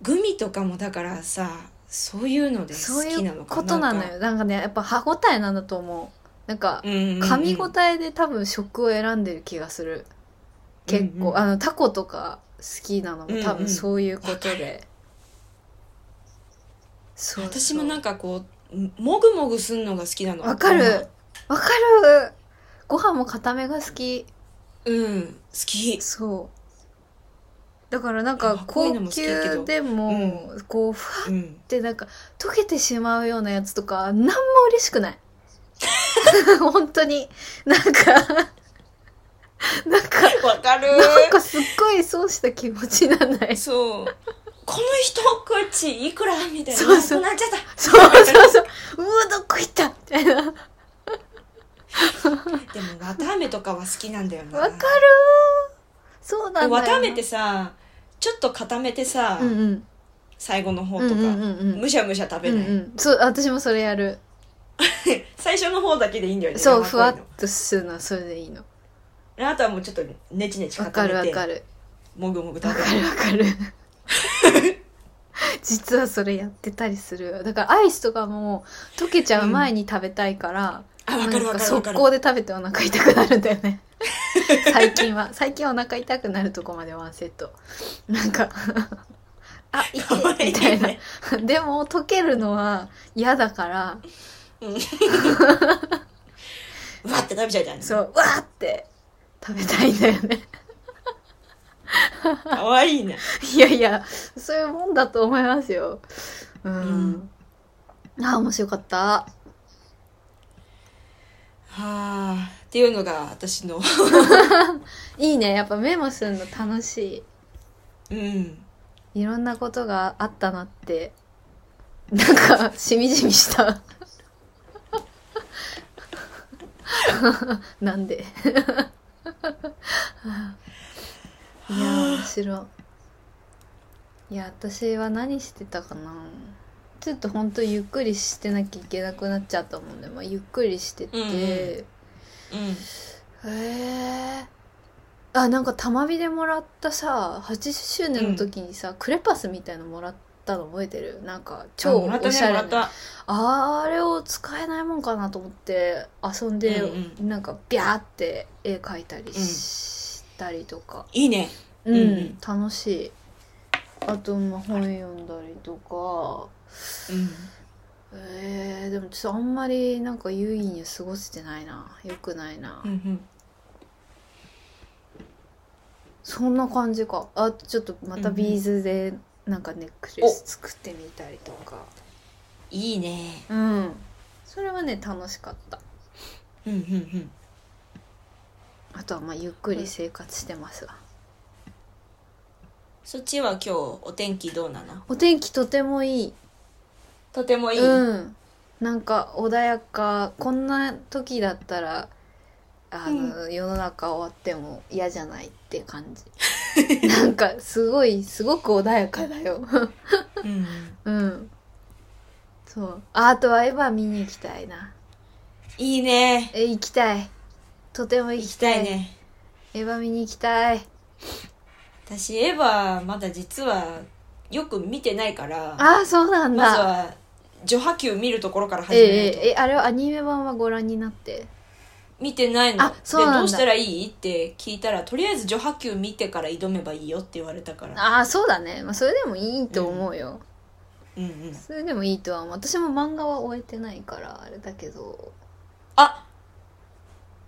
[SPEAKER 2] グミとかもだからさそういうので
[SPEAKER 1] つそう
[SPEAKER 2] 好
[SPEAKER 1] い
[SPEAKER 2] きなの
[SPEAKER 1] う
[SPEAKER 2] か
[SPEAKER 1] ことなのよなんかねやっぱ歯ごたえなんだと思うなんか噛
[SPEAKER 2] 噛
[SPEAKER 1] み応えで多分食を選んでる気がする結構、
[SPEAKER 2] うんうん
[SPEAKER 1] あのタコとか好きなのも多
[SPEAKER 2] うんう
[SPEAKER 1] 分
[SPEAKER 2] ん
[SPEAKER 1] そういうことで、
[SPEAKER 2] わか
[SPEAKER 1] そう
[SPEAKER 2] 私もなん
[SPEAKER 1] か
[SPEAKER 2] かこうもぐもぐすんのが好きなの
[SPEAKER 1] わかるわかるご飯も固めが好き
[SPEAKER 2] うん好き
[SPEAKER 1] そうだからなん
[SPEAKER 2] あ
[SPEAKER 1] か
[SPEAKER 2] こういうの
[SPEAKER 1] 高
[SPEAKER 2] も好きだけど
[SPEAKER 1] 級でもこうふわ
[SPEAKER 2] うん
[SPEAKER 1] ってなんか溶けてしまうようなやつとか何も嬉しくない 本当に。なんか、なんか、
[SPEAKER 2] わかる
[SPEAKER 1] なんかすっごい損した気持ちなんだよ。
[SPEAKER 2] そうこの一口いくらみたいな
[SPEAKER 1] そうそう
[SPEAKER 2] なくなっちゃった
[SPEAKER 1] そうそうそう。うわ、どこ行ったみたいな。わ
[SPEAKER 2] でも綿あめとかは好きなんだよな
[SPEAKER 1] かるそうなんだ
[SPEAKER 2] で
[SPEAKER 1] よ。
[SPEAKER 2] 綿あめってさちょっと固めてさ、
[SPEAKER 1] うんうん。
[SPEAKER 2] 最後の方
[SPEAKER 1] うん
[SPEAKER 2] とか、
[SPEAKER 1] うんうんうん。
[SPEAKER 2] むしゃむしゃ食べない、
[SPEAKER 1] うんうん、そう私もそれやる
[SPEAKER 2] 最初の方だけでいいんだよね
[SPEAKER 1] そう
[SPEAKER 2] 生
[SPEAKER 1] ふ
[SPEAKER 2] 濃い
[SPEAKER 1] わ
[SPEAKER 2] の
[SPEAKER 1] っとするのはそれでいいの
[SPEAKER 2] あとはもうちょっとねちねち
[SPEAKER 1] わか
[SPEAKER 2] 固
[SPEAKER 1] るわ
[SPEAKER 2] め
[SPEAKER 1] か
[SPEAKER 2] て
[SPEAKER 1] る
[SPEAKER 2] もぐもぐ
[SPEAKER 1] わ
[SPEAKER 2] 食べ
[SPEAKER 1] か
[SPEAKER 2] る
[SPEAKER 1] るわか る実はそれやってたりするだからアイスとかも溶けちゃう前に食べたいから、
[SPEAKER 2] あわ
[SPEAKER 1] なん
[SPEAKER 2] かるわかるわか
[SPEAKER 1] 速
[SPEAKER 2] る
[SPEAKER 1] 攻で食べてお腹痛くなるんだよ ね最近は最近はお腹痛くなるとこまでワンセットなん かあ
[SPEAKER 2] かわ
[SPEAKER 1] 痛
[SPEAKER 2] い
[SPEAKER 1] いみ
[SPEAKER 2] い
[SPEAKER 1] たいな
[SPEAKER 2] ね
[SPEAKER 1] でも溶けるのは嫌だから
[SPEAKER 2] うわって食べちゃうじゃん
[SPEAKER 1] そうわーって食べたいんだよね
[SPEAKER 2] かわ いいね
[SPEAKER 1] いやいや、そういうもんだと思いますよ。うん。ああ、面白かった。
[SPEAKER 2] はあっていうのが私の
[SPEAKER 1] いいね。やっぱメモするの楽し
[SPEAKER 2] うん
[SPEAKER 1] い。いろんなことがあったなって、なんか、しみじみした。 なんで。 いやー、面白い。いや、私は何してたかな。ちょっとほんとゆっくりしてなきゃいけなくなっちゃったもんで、まあ、ゆっくりしてて、
[SPEAKER 2] うんうん
[SPEAKER 1] へ
[SPEAKER 2] うん
[SPEAKER 1] え。あ、なんかたまびでもらったさ、80周年の時にさ、クレパスみたいのもらったの覚えてるなんか超
[SPEAKER 2] あもらった
[SPEAKER 1] お
[SPEAKER 2] ね
[SPEAKER 1] しゃれ
[SPEAKER 2] も
[SPEAKER 1] な
[SPEAKER 2] らった
[SPEAKER 1] あれを使えないもんかなと思って遊んで、
[SPEAKER 2] うん
[SPEAKER 1] なんかビャーって絵描いたりしたりとか、
[SPEAKER 2] いいね
[SPEAKER 1] うん
[SPEAKER 2] うんうん
[SPEAKER 1] 楽しいあとまあ本読んだりとか
[SPEAKER 2] うん
[SPEAKER 1] えー、でもちょっとあんまりなんか優位に過ごせてないなよくないな、
[SPEAKER 2] うんうん
[SPEAKER 1] そんな感じかあとちょっとまた
[SPEAKER 2] うんうん
[SPEAKER 1] ビーズでなんかネックレス作ってみたりとか
[SPEAKER 2] いいね
[SPEAKER 1] うんそれはね楽しかった
[SPEAKER 2] うんうんうん
[SPEAKER 1] あとはまあゆっくり生活してますわ、
[SPEAKER 2] そっちは今日お天気どうなの
[SPEAKER 1] お天気とてもいい。
[SPEAKER 2] とてもいい、
[SPEAKER 1] うん。なんか穏やか。こんな時だったら、あの、世の中終わっても嫌じゃないって感 じ。なんか、すごい、すごく穏やかだよ。
[SPEAKER 2] うん
[SPEAKER 1] うん。そう。ああとはエヴァ見に行きたいな。
[SPEAKER 2] いいね
[SPEAKER 1] え、行きたい。とても行
[SPEAKER 2] 行
[SPEAKER 1] き
[SPEAKER 2] き
[SPEAKER 1] た
[SPEAKER 2] た
[SPEAKER 1] い。
[SPEAKER 2] いね
[SPEAKER 1] エヴァ見に行きたい。
[SPEAKER 2] 私エヴァまだ実はよく見てないから
[SPEAKER 1] ああ、そうなん
[SPEAKER 2] まず
[SPEAKER 1] だ。
[SPEAKER 2] は序波球見るところから始
[SPEAKER 1] ええ
[SPEAKER 2] めないと、
[SPEAKER 1] ええ、あれはアニメ版はご覧になって。
[SPEAKER 2] 見てないの
[SPEAKER 1] あそうなんだ
[SPEAKER 2] でどうしたらいいって聞いたらとりあえず序波球見てから挑めばいいよって言われたから
[SPEAKER 1] ああ、そうだね。まあ、それでもいいと思うよ。
[SPEAKER 2] うんうん
[SPEAKER 1] それでもいいとは思う私も漫画は終えてないからあれだけど、
[SPEAKER 2] あ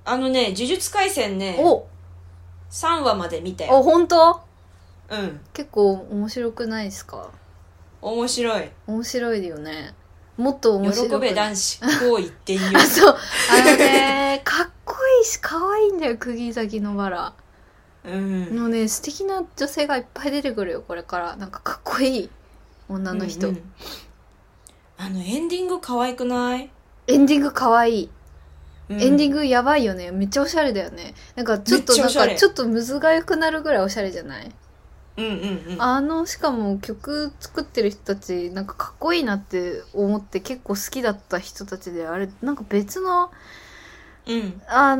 [SPEAKER 2] あのね「呪術廻戦ね」
[SPEAKER 1] お
[SPEAKER 2] 3話まで見たよ
[SPEAKER 1] お本当
[SPEAKER 2] うん
[SPEAKER 1] 結構面白くないですか
[SPEAKER 2] 面白い
[SPEAKER 1] 面白いよねもっと面白
[SPEAKER 2] 喜
[SPEAKER 1] く
[SPEAKER 2] べ
[SPEAKER 1] ない
[SPEAKER 2] 男子こう言っていいよ
[SPEAKER 1] あそうあのね かっこいいし可愛いんだよ釘崎のバラ
[SPEAKER 2] うん
[SPEAKER 1] のね素敵な女性がいっぱい出てくるよこれからなんかかっこいい女の人、
[SPEAKER 2] うんうんあのエンディング可愛くない、
[SPEAKER 1] エンディング可愛いエンディン
[SPEAKER 2] グ
[SPEAKER 1] グやばいよねめっちゃおしゃれだよねなんかちょっと
[SPEAKER 2] めっちゃ
[SPEAKER 1] な
[SPEAKER 2] お
[SPEAKER 1] ん
[SPEAKER 2] しゃれ
[SPEAKER 1] かちょっとむずがゆくなるぐらいおしゃれじゃない
[SPEAKER 2] うんうんうん
[SPEAKER 1] あの、しかも曲作ってる人たち、なんかかっこいいなって思って結構好きだった人たちで、あれ、なんか別の、
[SPEAKER 2] うん
[SPEAKER 1] あ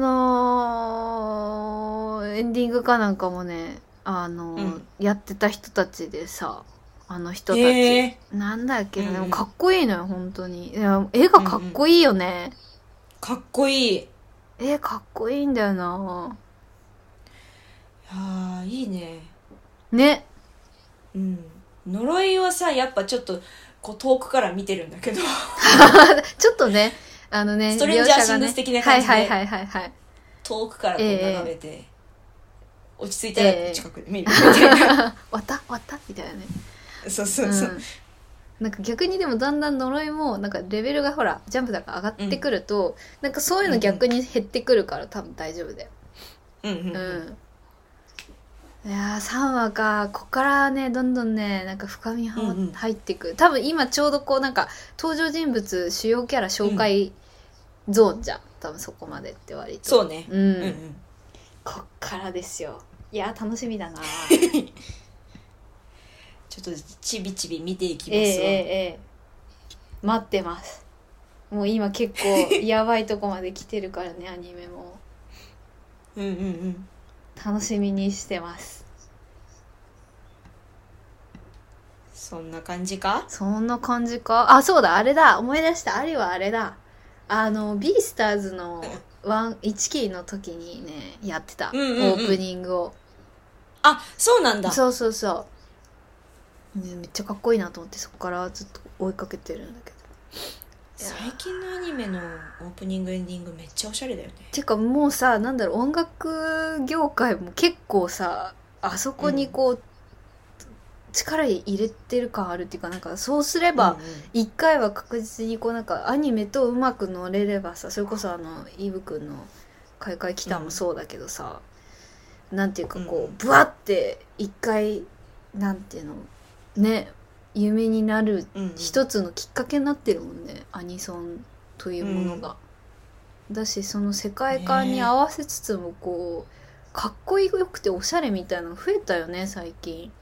[SPEAKER 1] のーエンディングかなんかもね、あのー
[SPEAKER 2] うん
[SPEAKER 1] やってた人たちでさ、あの人たち。
[SPEAKER 2] え
[SPEAKER 1] なんだっけな、
[SPEAKER 2] うんうん
[SPEAKER 1] でもかっこいいのよ、本当に。いや、絵がかっこいいよね。
[SPEAKER 2] ー、かっこいい
[SPEAKER 1] 絵かっこいいんだよな
[SPEAKER 2] あーいいね
[SPEAKER 1] ね。
[SPEAKER 2] うん呪いはさやっぱちょっとこう遠くから見てるんだけど
[SPEAKER 1] ちょっとね、あのね、
[SPEAKER 2] ストレンジャー
[SPEAKER 1] 描写がね
[SPEAKER 2] シングス的な感じで
[SPEAKER 1] はいはいはいはいはい。
[SPEAKER 2] 遠くからこう
[SPEAKER 1] ええ
[SPEAKER 2] 眺めて、落ち着いたら
[SPEAKER 1] ええ
[SPEAKER 2] 近くで見るみたいな、
[SPEAKER 1] わたわたみたいなね。
[SPEAKER 2] そうそうそう、
[SPEAKER 1] うんなんか逆にでもだんだん呪いもなんかレベルがほらジャンプだから上がってくると、なんかそういうの逆に減ってくるから多分大丈夫だよ。
[SPEAKER 2] うんうん、
[SPEAKER 1] うん、いやー3話かここからねどんどんねなんか深みにはま
[SPEAKER 2] うんうん
[SPEAKER 1] 入っていく、多分今ちょうどこうなんか登場人物主要キャラ紹介ゾーンじゃん、多分そこまでって割と
[SPEAKER 2] そうね、
[SPEAKER 1] う、
[SPEAKER 2] うんんうん、
[SPEAKER 1] こっからですよいやー楽しみ だな
[SPEAKER 2] ちょっとちびちび見ていき
[SPEAKER 1] ええ
[SPEAKER 2] ま
[SPEAKER 1] え
[SPEAKER 2] すわ、
[SPEAKER 1] えええ待ってますもう今結構 やばいとこまで来てるからねアニメも
[SPEAKER 2] うんうんうん
[SPEAKER 1] 楽しみにしてます
[SPEAKER 2] そんな感じか
[SPEAKER 1] そんな感じか。あ、そうだ、あれだ。思い出した。あれはあれだ。あの、ビースターズのワン、1期の時にね、やってた。
[SPEAKER 2] うんうんうん
[SPEAKER 1] オープニングを。
[SPEAKER 2] あそうなんだ
[SPEAKER 1] そうそうそう、ね。めっちゃかっこいいなと思って、そこからずっと追いかけてるんだけど。
[SPEAKER 2] 最近のアニメのオープニングエンディングめっちゃおしゃれだよね
[SPEAKER 1] てかもうさ、なんだろう、音楽業界も結構さ、あそこにこう、力入れてる感あるっていうか、なんかそうすれば、
[SPEAKER 2] うんうん
[SPEAKER 1] 一回は確実にこうなんかアニメとうまく乗れればさそれこそあのイブくんの「開会期間」もそうだけどさ、なんていうかこ
[SPEAKER 2] う
[SPEAKER 1] うブワって一回なんていうのね夢になる
[SPEAKER 2] うんうん
[SPEAKER 1] 一つのきっかけになってるもんねアニソンというものが。だしその世界観に合わせつつもこうかっこよくておしゃれみたいなの増えたよね最近。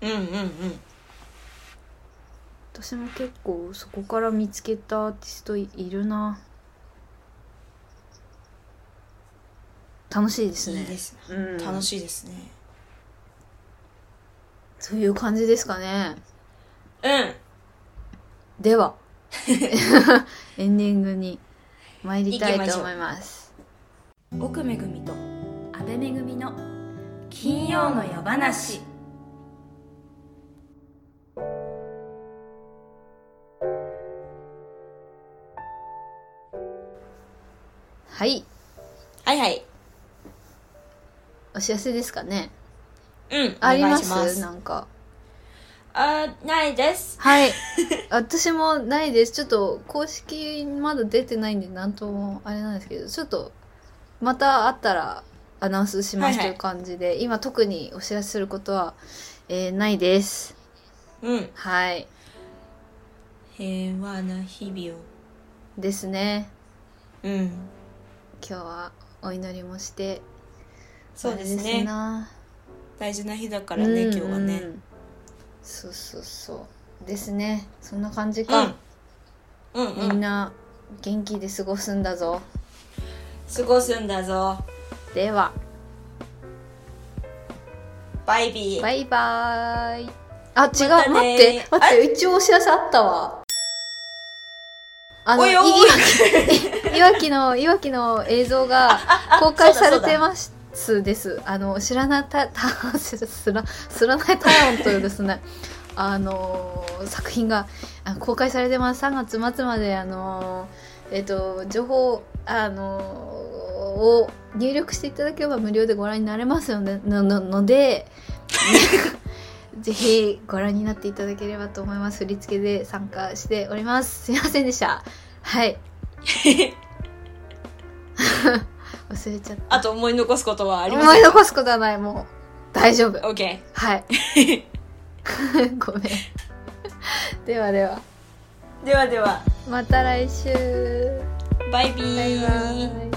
[SPEAKER 2] うんうんうん
[SPEAKER 1] 私も結構そこから見つけたアーティストいるな楽しいですね
[SPEAKER 2] いいですね
[SPEAKER 1] うん、
[SPEAKER 2] 楽しいですね
[SPEAKER 1] そういう感じですかね
[SPEAKER 2] うん
[SPEAKER 1] で はエンディングに参りたいと思います
[SPEAKER 2] 奥めぐみと
[SPEAKER 1] 阿部めぐみの
[SPEAKER 2] 金曜の夜話
[SPEAKER 1] はい
[SPEAKER 2] はいはい
[SPEAKER 1] お知らせですかね
[SPEAKER 2] うん
[SPEAKER 1] あ
[SPEAKER 2] お
[SPEAKER 1] り
[SPEAKER 2] 願
[SPEAKER 1] ま
[SPEAKER 2] いし
[SPEAKER 1] す
[SPEAKER 2] ます
[SPEAKER 1] なんか
[SPEAKER 2] あないです
[SPEAKER 1] はい私もないですちょっと公式まだ出てないんでなんともあれなんですけどちょっとまたあったらアナウンスします
[SPEAKER 2] は
[SPEAKER 1] とい
[SPEAKER 2] いはい
[SPEAKER 1] う感じで、今特にお知らせすることは、えーないです
[SPEAKER 2] うん
[SPEAKER 1] はい
[SPEAKER 2] 平和な日々を
[SPEAKER 1] ですね
[SPEAKER 2] うん
[SPEAKER 1] 今日はお祈りもして
[SPEAKER 2] そうです
[SPEAKER 1] あれ
[SPEAKER 2] ね
[SPEAKER 1] な
[SPEAKER 2] 大事な日だからね
[SPEAKER 1] う
[SPEAKER 2] 今
[SPEAKER 1] ん
[SPEAKER 2] 日は
[SPEAKER 1] う
[SPEAKER 2] ね
[SPEAKER 1] んそうそうそうですねそんな感じ
[SPEAKER 2] うん
[SPEAKER 1] か、
[SPEAKER 2] うんう
[SPEAKER 1] みん
[SPEAKER 2] ん
[SPEAKER 1] な元気で過ごすんだぞ
[SPEAKER 2] 過ごすんだぞ
[SPEAKER 1] では
[SPEAKER 2] バイビー
[SPEAKER 1] バイバーイ。あ、違う、
[SPEAKER 2] またね
[SPEAKER 1] 待っ
[SPEAKER 2] ー
[SPEAKER 1] て、
[SPEAKER 2] あ
[SPEAKER 1] 待って、一応お知らせあったわ。あの、
[SPEAKER 2] お
[SPEAKER 1] い
[SPEAKER 2] い
[SPEAKER 1] わ
[SPEAKER 2] おいおい
[SPEAKER 1] き、い わきの、いわきの映像が公開されてます。です。あの、知らないた、 た、知ら、知ら知らないタロンというですね。あのー作品があ公開されてます。3月末まで、あのーえっ、と、情報、あのーを入力していただければ無料でご覧になれますので、ののので、 ぜひご覧になっていただければと思います。振り付けで参加しております。すいませんでした。はい。 忘れちゃった。
[SPEAKER 2] あと思い残すことはありま
[SPEAKER 1] 思
[SPEAKER 2] せ
[SPEAKER 1] い
[SPEAKER 2] ん
[SPEAKER 1] 残すことはない。もう大丈夫。
[SPEAKER 2] オッケ
[SPEAKER 1] はい。 ごめん。 ではでは。
[SPEAKER 2] ーではでは
[SPEAKER 1] また来週。
[SPEAKER 2] バイビー
[SPEAKER 1] バイバイ。